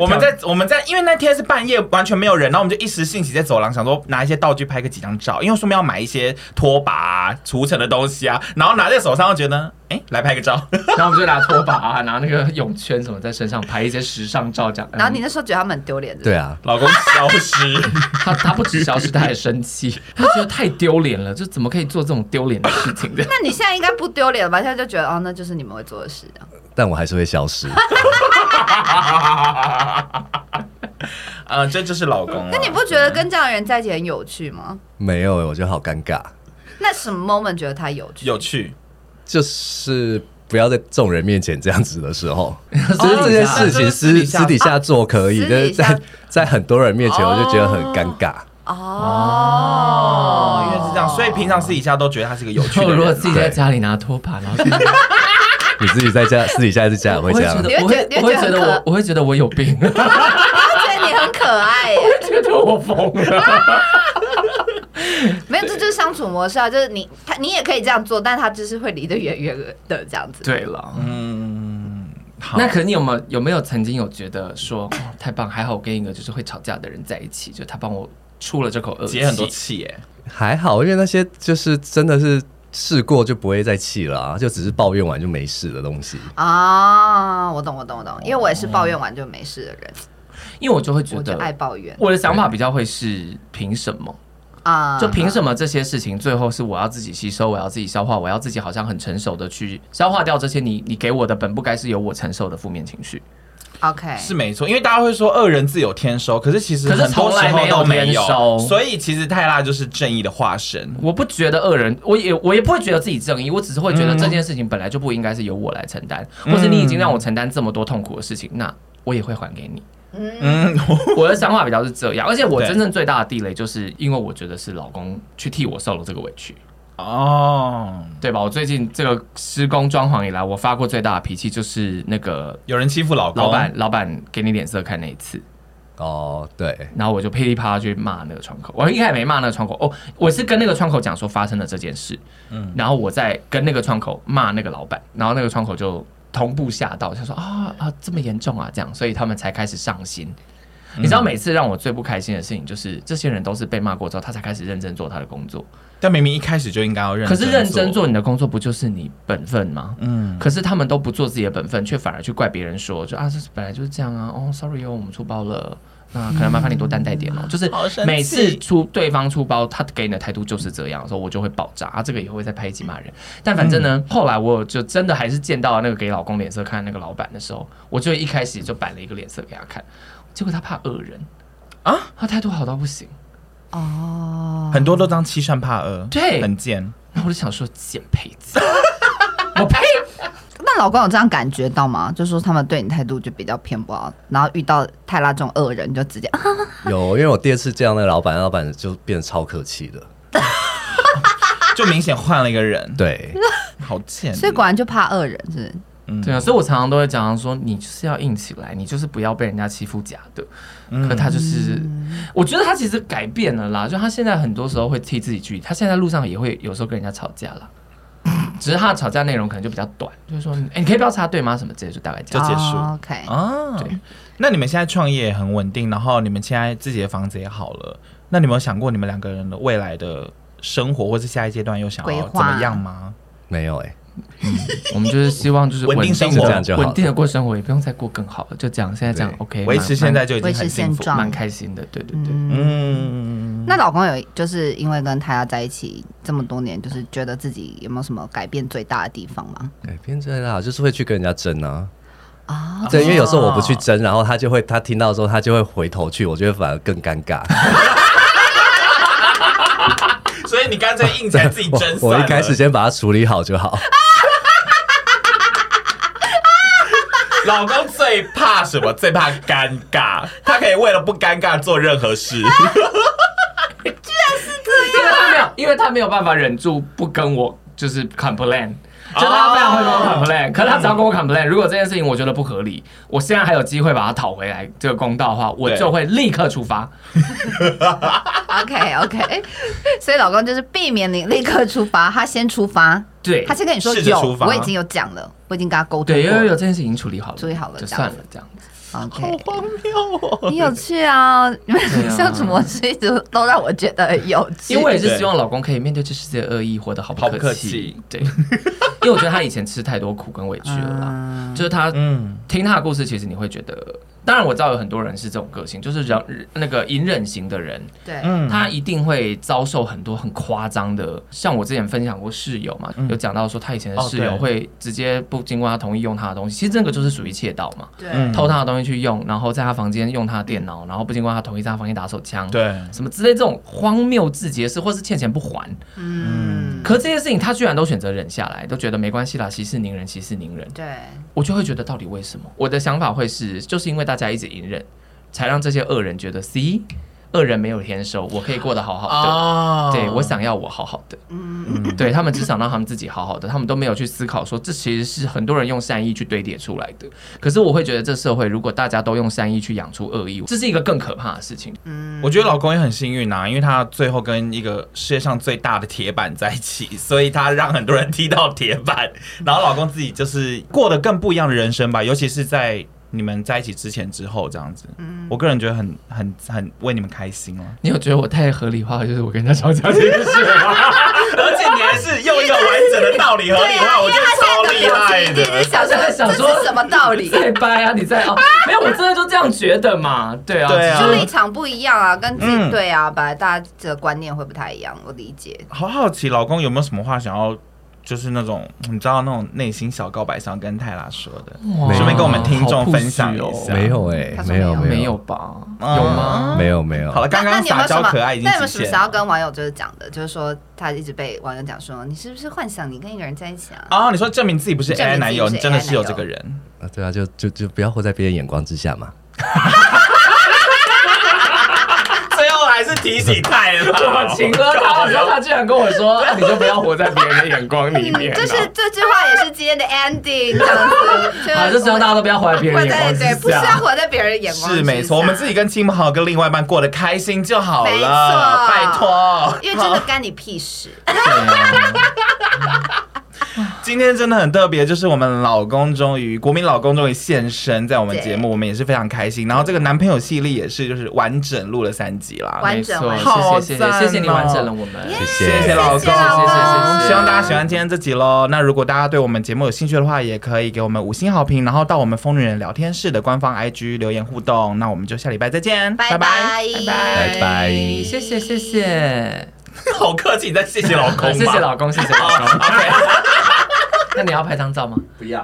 Speaker 5: 我们在我们在，因为那天是半夜，完全没有人，然后我们就一时兴起在走廊想说拿一些道具拍个几张照，因为说我们要买一些拖把、啊、除尘的东西啊，然后拿在手上就觉得，哎、来拍个照，
Speaker 4: 然后我们就拿拖把啊，拿那个泳圈什么在身上拍一些时尚照这样。
Speaker 6: 然后你
Speaker 4: 嗯
Speaker 6: 那时候觉得他们很丢脸，
Speaker 7: 对，啊，
Speaker 5: 老公消 失，
Speaker 4: 他他不止消失，他还生气，他觉得太丢脸了，就怎么可以做这种丢脸的事情 的？
Speaker 6: 那你现在应该不丢脸了吧？现在就觉得哦，那就是你们会做的事啊。
Speaker 7: 但我还是会 消失。
Speaker 5: 呃，这就是老公了。
Speaker 6: 那你不觉得跟这样的人在一起很有趣吗？
Speaker 7: 没有，我觉得好尴尬，
Speaker 6: 那什么 moment 觉得他有趣？
Speaker 5: 有趣？
Speaker 7: 就是不要在众人面前这样子的时候，
Speaker 5: 哦
Speaker 7: 就是这件事情
Speaker 5: 私底
Speaker 7: 私
Speaker 5: 下
Speaker 7: 私底下做可以
Speaker 6: 私，
Speaker 7: 但
Speaker 6: 底
Speaker 7: 是
Speaker 6: 下
Speaker 7: 在在很多人面前，我就觉得很尴尬。
Speaker 6: 哦，
Speaker 5: 啊哦，原来是这样，所以平常私底下都觉得他是一个有趣的
Speaker 4: 就
Speaker 5: 人。啊
Speaker 4: 如果自己在家里拿拖把，然后去
Speaker 7: 你自己在家私底下是这样
Speaker 4: 我
Speaker 7: 会
Speaker 4: 会
Speaker 7: 这
Speaker 4: 觉
Speaker 7: 样
Speaker 4: 得，
Speaker 6: 你
Speaker 4: 我
Speaker 6: 会
Speaker 4: 会
Speaker 6: 觉得你会觉得
Speaker 4: 我会觉
Speaker 6: 很
Speaker 4: 得
Speaker 6: 可
Speaker 4: 我我会觉得我有病，
Speaker 6: 他啊觉得你很可爱耶，
Speaker 4: 觉得我疯了。
Speaker 6: 没有，这就是相处模式啊，就是你他你也可以这样做，但他就是会离得远远的这样子。
Speaker 4: 对了，
Speaker 5: 嗯，好
Speaker 4: 那可是你有没有有没有曾经有觉得说哦太棒，还好我跟一个就是会吵架的人在一起，就他帮我出了这口恶气
Speaker 5: 解很多气耶、
Speaker 7: 还好，因为那些就是真的是试过就不会再气了、啊，就只是抱怨完就没事的东西。
Speaker 6: 啊，我懂，我懂，我懂，因为我也是抱怨完就没事的人，
Speaker 4: 因为我就会觉
Speaker 6: 我就
Speaker 4: 得
Speaker 6: 爱抱怨
Speaker 4: 我的想法比较会是凭什么？
Speaker 6: 啊。
Speaker 4: 就凭什么这些事情最后是我要自己吸收，我要自己消化，我要自己好像很成熟的去消化掉这些你你给我的本不该是由我承受的负面情绪，
Speaker 6: OK
Speaker 5: 是没错，因为大家会说恶人自有天收，可是其实
Speaker 4: 可是
Speaker 5: 很多
Speaker 4: 从
Speaker 5: 时
Speaker 4: 来
Speaker 5: 候
Speaker 4: 没有
Speaker 5: 都没
Speaker 4: 天
Speaker 5: 有，
Speaker 4: 收
Speaker 5: 所以其实泰拉就是正义的化身。
Speaker 4: 我不觉得恶人，我也我也不会觉得自己正义，我只是会觉得这件事情本来就不应该是由我来承担，或是你已经让我承担这么多痛苦的事情，那我也会还给你。
Speaker 5: 嗯，
Speaker 4: 我的想法比较是这样，而且我
Speaker 5: 对
Speaker 4: 真正最大的地雷就是因为我觉得是老公去替我受了这个委屈。
Speaker 5: 哦，
Speaker 4: 对吧？我最近这个施工装潢以来，我发过最大的脾气就是那个
Speaker 5: 有人欺负老公，
Speaker 4: 老板，老板给你脸色看那一次，
Speaker 7: 哦，对，
Speaker 4: 然后我就噼里啪啦去骂那个窗口。我一开始没骂那个窗口，哦，我是跟那个窗口讲说发生了这件事，嗯，然后我再跟那个窗口骂那个老板，然后那个窗口就同步吓到，就说啊啊这么严重啊这样，所以他们才开始上心。你知道每次让我最不开心的事情，就是这些人都是被骂过之后，他才开始认真做他的工作。
Speaker 5: 但明明一开始就应该要认
Speaker 4: 可
Speaker 5: 真，
Speaker 4: 是认真，做你的工作，不就是你本分吗？
Speaker 5: 嗯，
Speaker 4: 可是他们都不做自己的本分，却反而去怪别人说，就啊，这是本来就是这样啊，哦，sorry 哦，我们出包了，那可能麻烦你多担待点哦。就是
Speaker 5: 好生气
Speaker 4: 每次出对方出包，他给你的态度就是这样，所以我就会爆炸啊。这个也会再拍一集骂人，但反正呢，后来我就真的还是见到那个给老公脸色看那个老板的时候，我就一开始就摆了一个脸色给他看，结果他怕恶人
Speaker 5: 啊，
Speaker 4: 他态度好到不行。
Speaker 6: 哦，
Speaker 5: 很多都当欺善怕恶，
Speaker 4: 对
Speaker 5: 很贱。
Speaker 4: 然后我就想说，贱胚子，我呸！
Speaker 6: 那但老公有这样感觉到吗？就说他们对你态度就比较偏不好，然后遇到泰拉这种恶人，你就直接、啊、
Speaker 7: 有，因为我第二次见到那个老板，老板就变得超客气的。
Speaker 5: 就明显换了一个人，
Speaker 7: 对，
Speaker 5: 好贱。
Speaker 6: 所以果然就怕恶人是不是
Speaker 5: 嗯
Speaker 4: 对啊，所以我常常都会讲说，你就是要硬起来，你就是不要被人家欺负假的。可他就是，
Speaker 5: 嗯
Speaker 4: 我觉得他其实改变了啦，就他现在很多时候会替自己据理，他现在路上也会有时候跟人家吵架啦。只是他的吵架内容可能就比较短，就是说，哎、你可以不要插队吗？什么之类，就大概这
Speaker 5: 就
Speaker 4: 样。
Speaker 5: 结束
Speaker 6: 哦 OK，
Speaker 5: 啊
Speaker 4: 对。
Speaker 5: 那你们现在创业也很稳定，然后你们现在自己的房子也好了，那你们有想过你们两个人的未来的生活，或是下一阶段又想
Speaker 6: 规
Speaker 5: 要
Speaker 6: 划
Speaker 5: 怎么样吗？
Speaker 7: 没有哎、
Speaker 4: 我们就是希望就是
Speaker 5: 稳定生活
Speaker 4: 地
Speaker 5: 这
Speaker 7: 样就好了
Speaker 4: 稳定的过生活，也不用再过更好了，就这样。现在这样
Speaker 7: 对
Speaker 4: OK，
Speaker 5: 维
Speaker 4: 蛮
Speaker 5: 持现在就已经
Speaker 6: 维
Speaker 5: 很
Speaker 6: 持
Speaker 5: 幸
Speaker 6: 现
Speaker 5: 福。
Speaker 4: 蛮
Speaker 6: 状
Speaker 4: 蛮。开心的，对对对。
Speaker 6: 嗯，
Speaker 5: 嗯，
Speaker 6: 那老公有就是因为跟泰拉在一起这么多年，就是觉得自己有没有什么改变最大的地方吗？
Speaker 7: 改变最大就是会去跟人家争啊。
Speaker 6: 啊、
Speaker 7: 对，因为有时候我不去争，然后他就会他听到之后，他就会回头去，我觉得反而更尴 尬。
Speaker 5: 所以你干脆硬起来自己争
Speaker 7: 我我一开始先把它处理好就好。
Speaker 5: 老公最怕什么？最怕尴尬，他可以为了不尴尬做任何事。
Speaker 4: 因为他没有，因为他没有办法忍住不跟我就是 complain。就他非常会跟我 complain，、可他只要跟我 complain，如果这件事情我觉得不合理，我现在还有机会把它讨回来这个公道的话，我
Speaker 5: 对
Speaker 4: 就会立刻出发。
Speaker 6: OK OK，所 以老公就是避免你立刻出发，他先出发，
Speaker 4: 对，
Speaker 6: 他先跟你说
Speaker 5: 试着
Speaker 6: 有，
Speaker 5: 出发
Speaker 6: 我已经有讲了，我已经跟他沟通
Speaker 4: 对，因
Speaker 6: 过
Speaker 4: 为有
Speaker 6: 了。
Speaker 4: 这件事情已经处理好了，
Speaker 6: 处理好了
Speaker 4: 就
Speaker 6: 这样
Speaker 4: 算
Speaker 6: 子
Speaker 4: 了这样子。
Speaker 6: OK，你有趣啊！你们
Speaker 4: 对啊
Speaker 6: 相处模式一直都让我觉得很有趣。嗯
Speaker 4: 因为我也是希望老公可以面对这世界的恶意，活得好不
Speaker 5: 好不
Speaker 4: 可
Speaker 5: 客
Speaker 4: 气
Speaker 5: 气。
Speaker 4: 对， 因为我觉得他以前吃太多苦跟委屈了啦，就是他
Speaker 5: 嗯，
Speaker 4: 听他的故事，其实你会觉得，当然我知道有很多人是这种个性，就是忍那个隐忍型的人，
Speaker 6: 对，
Speaker 5: 嗯
Speaker 4: 他一定会遭受很多很夸张的，像我之前分享过室友嘛，有讲到说他以前的
Speaker 5: 嗯哦
Speaker 4: 室友
Speaker 5: 对
Speaker 4: 会直接不经过他同意用他的东西，其实这个就是属于窃盗嘛，
Speaker 6: 对
Speaker 5: 嗯
Speaker 4: 偷他的东西去用，然后在他房间用他的电脑，然后不经过他同意在他房间打手枪，，
Speaker 5: 对，
Speaker 4: 什么之类这种荒谬至极的事，或是欠钱不还，
Speaker 6: 嗯，
Speaker 4: 可这些事情他居然都选择忍下来，都觉得没关系啦，息事宁人，息事宁
Speaker 5: 嗯
Speaker 4: 人，
Speaker 6: 对，
Speaker 4: 我就会觉得到底为什么？我的想法会是，就是因为大家一直隐忍，才让这些恶人觉得，C，恶人没有天收，我可以过得好好的。
Speaker 5: 哦
Speaker 4: 对我想要我好好的，嗯，对他们只想让他们自己好好的，他们都没有去思考说这其实是很多人用善意去堆叠出来的。可是我会觉得这社会如果大家都用善意去养出恶意，这是一个更可怕的事情。
Speaker 5: 我觉得老公也很幸运啊，因为他最后跟一个世界上最大的铁板在一起， 所以他让很多人踢到铁板，然后老公自己就是过得更不一样的人生吧，尤其是在你们在一起之前之后这样子，我个人觉得很很很为你们开心哦了、
Speaker 4: 你有觉得我太合理化，就是我跟人家吵架这件事吗？
Speaker 5: 而且你还是用一个完整的道理合理化，我觉得超厉害
Speaker 6: 一直
Speaker 5: 的。
Speaker 6: 想说
Speaker 4: 我在想说
Speaker 6: 这是什么道理？
Speaker 4: 再掰啊， 你再哦，没有，我真的就这样觉得嘛？对啊，
Speaker 5: 对啊
Speaker 6: 就
Speaker 4: 只
Speaker 6: 立
Speaker 4: 是
Speaker 6: 场不一样啊，跟自己
Speaker 5: 嗯
Speaker 6: 对啊，本来大家的观念会不太一样，我理解。
Speaker 5: 好好奇老公有没有什么话想要，就是那种你知道那种内心小告白，想要跟泰拉说的，
Speaker 6: 嗯
Speaker 4: 哇
Speaker 5: 顺便跟我们听众分享
Speaker 4: 好
Speaker 5: 一
Speaker 4: 酷炫
Speaker 5: 下。
Speaker 4: 哦
Speaker 7: 没有哎、
Speaker 6: 他说
Speaker 7: 没有
Speaker 4: 没
Speaker 7: 有
Speaker 4: 有吧？
Speaker 5: 嗯
Speaker 4: 有吗？
Speaker 7: 没有没有。
Speaker 5: 好了，刚
Speaker 6: 那
Speaker 5: 刚
Speaker 6: 你有没
Speaker 5: 撒
Speaker 6: 有什
Speaker 5: 娇
Speaker 6: 么
Speaker 5: 可爱已？经
Speaker 6: 那有没有
Speaker 5: 极
Speaker 6: 什么
Speaker 5: 限
Speaker 6: 想
Speaker 5: 了
Speaker 6: 要。跟网友就是讲的？就是说他一直被网友讲说，你是不是幻想你跟一个人在一起啊？
Speaker 5: 哦，你说证明自己不是
Speaker 6: 证明自己
Speaker 5: AI 男友，
Speaker 6: 是
Speaker 5: 你真的
Speaker 6: AI
Speaker 5: 是有
Speaker 6: 男
Speaker 5: 这
Speaker 6: 友
Speaker 5: 个人。
Speaker 7: 啊对啊，就就就不要活在别人眼光之下嘛。
Speaker 5: 最后还是提醒泰
Speaker 4: 我
Speaker 5: 拉，
Speaker 4: 请了他，然后他居然跟我说：“啊你就不要活在别人的眼光
Speaker 5: 啊
Speaker 4: 里面。”
Speaker 6: 嗯就是这句话也是今天的 ending 这样 子，
Speaker 4: 啊，就希望大家都不要活在别
Speaker 6: 活
Speaker 4: 人的
Speaker 6: 在
Speaker 4: 眼
Speaker 6: 对，
Speaker 4: 光
Speaker 6: 不
Speaker 4: 之
Speaker 6: 需要
Speaker 4: 下。
Speaker 6: 活在别人的眼光之
Speaker 5: 啊是没错，
Speaker 6: 下
Speaker 5: 我们自己跟亲朋好友跟另外一半过得开心就好
Speaker 6: 没
Speaker 5: 了，
Speaker 6: 错
Speaker 5: 拜托。
Speaker 6: 因为真的干你屁事。
Speaker 5: 今天真的很特别，就是我们老公终于国民老公终于现身在我们节目，我们也是非常开心。然后这个男朋友系列也是就是完整录了三集啦，
Speaker 6: 完
Speaker 4: 没
Speaker 6: 整
Speaker 4: 错，
Speaker 5: 好
Speaker 4: 谢谢谢谢谢谢你
Speaker 5: 赞哦
Speaker 4: 完整了我们，
Speaker 7: 谢
Speaker 5: 谢谢老公，
Speaker 6: 谢谢老公
Speaker 5: 希望大家喜欢今天这集喽。那如果大家对我们节目有兴趣的话，也可以给我们五星好评，然后到我们疯女人聊天室的官方 IG 留言互动。那我们就下礼 拜再见，
Speaker 6: 拜
Speaker 5: 拜。
Speaker 6: 拜
Speaker 7: 拜拜
Speaker 4: 谢谢谢谢，
Speaker 5: 好客气，你在谢谢老
Speaker 4: 谢谢老公，谢谢老公。那你要拍张照吗？
Speaker 7: 不要。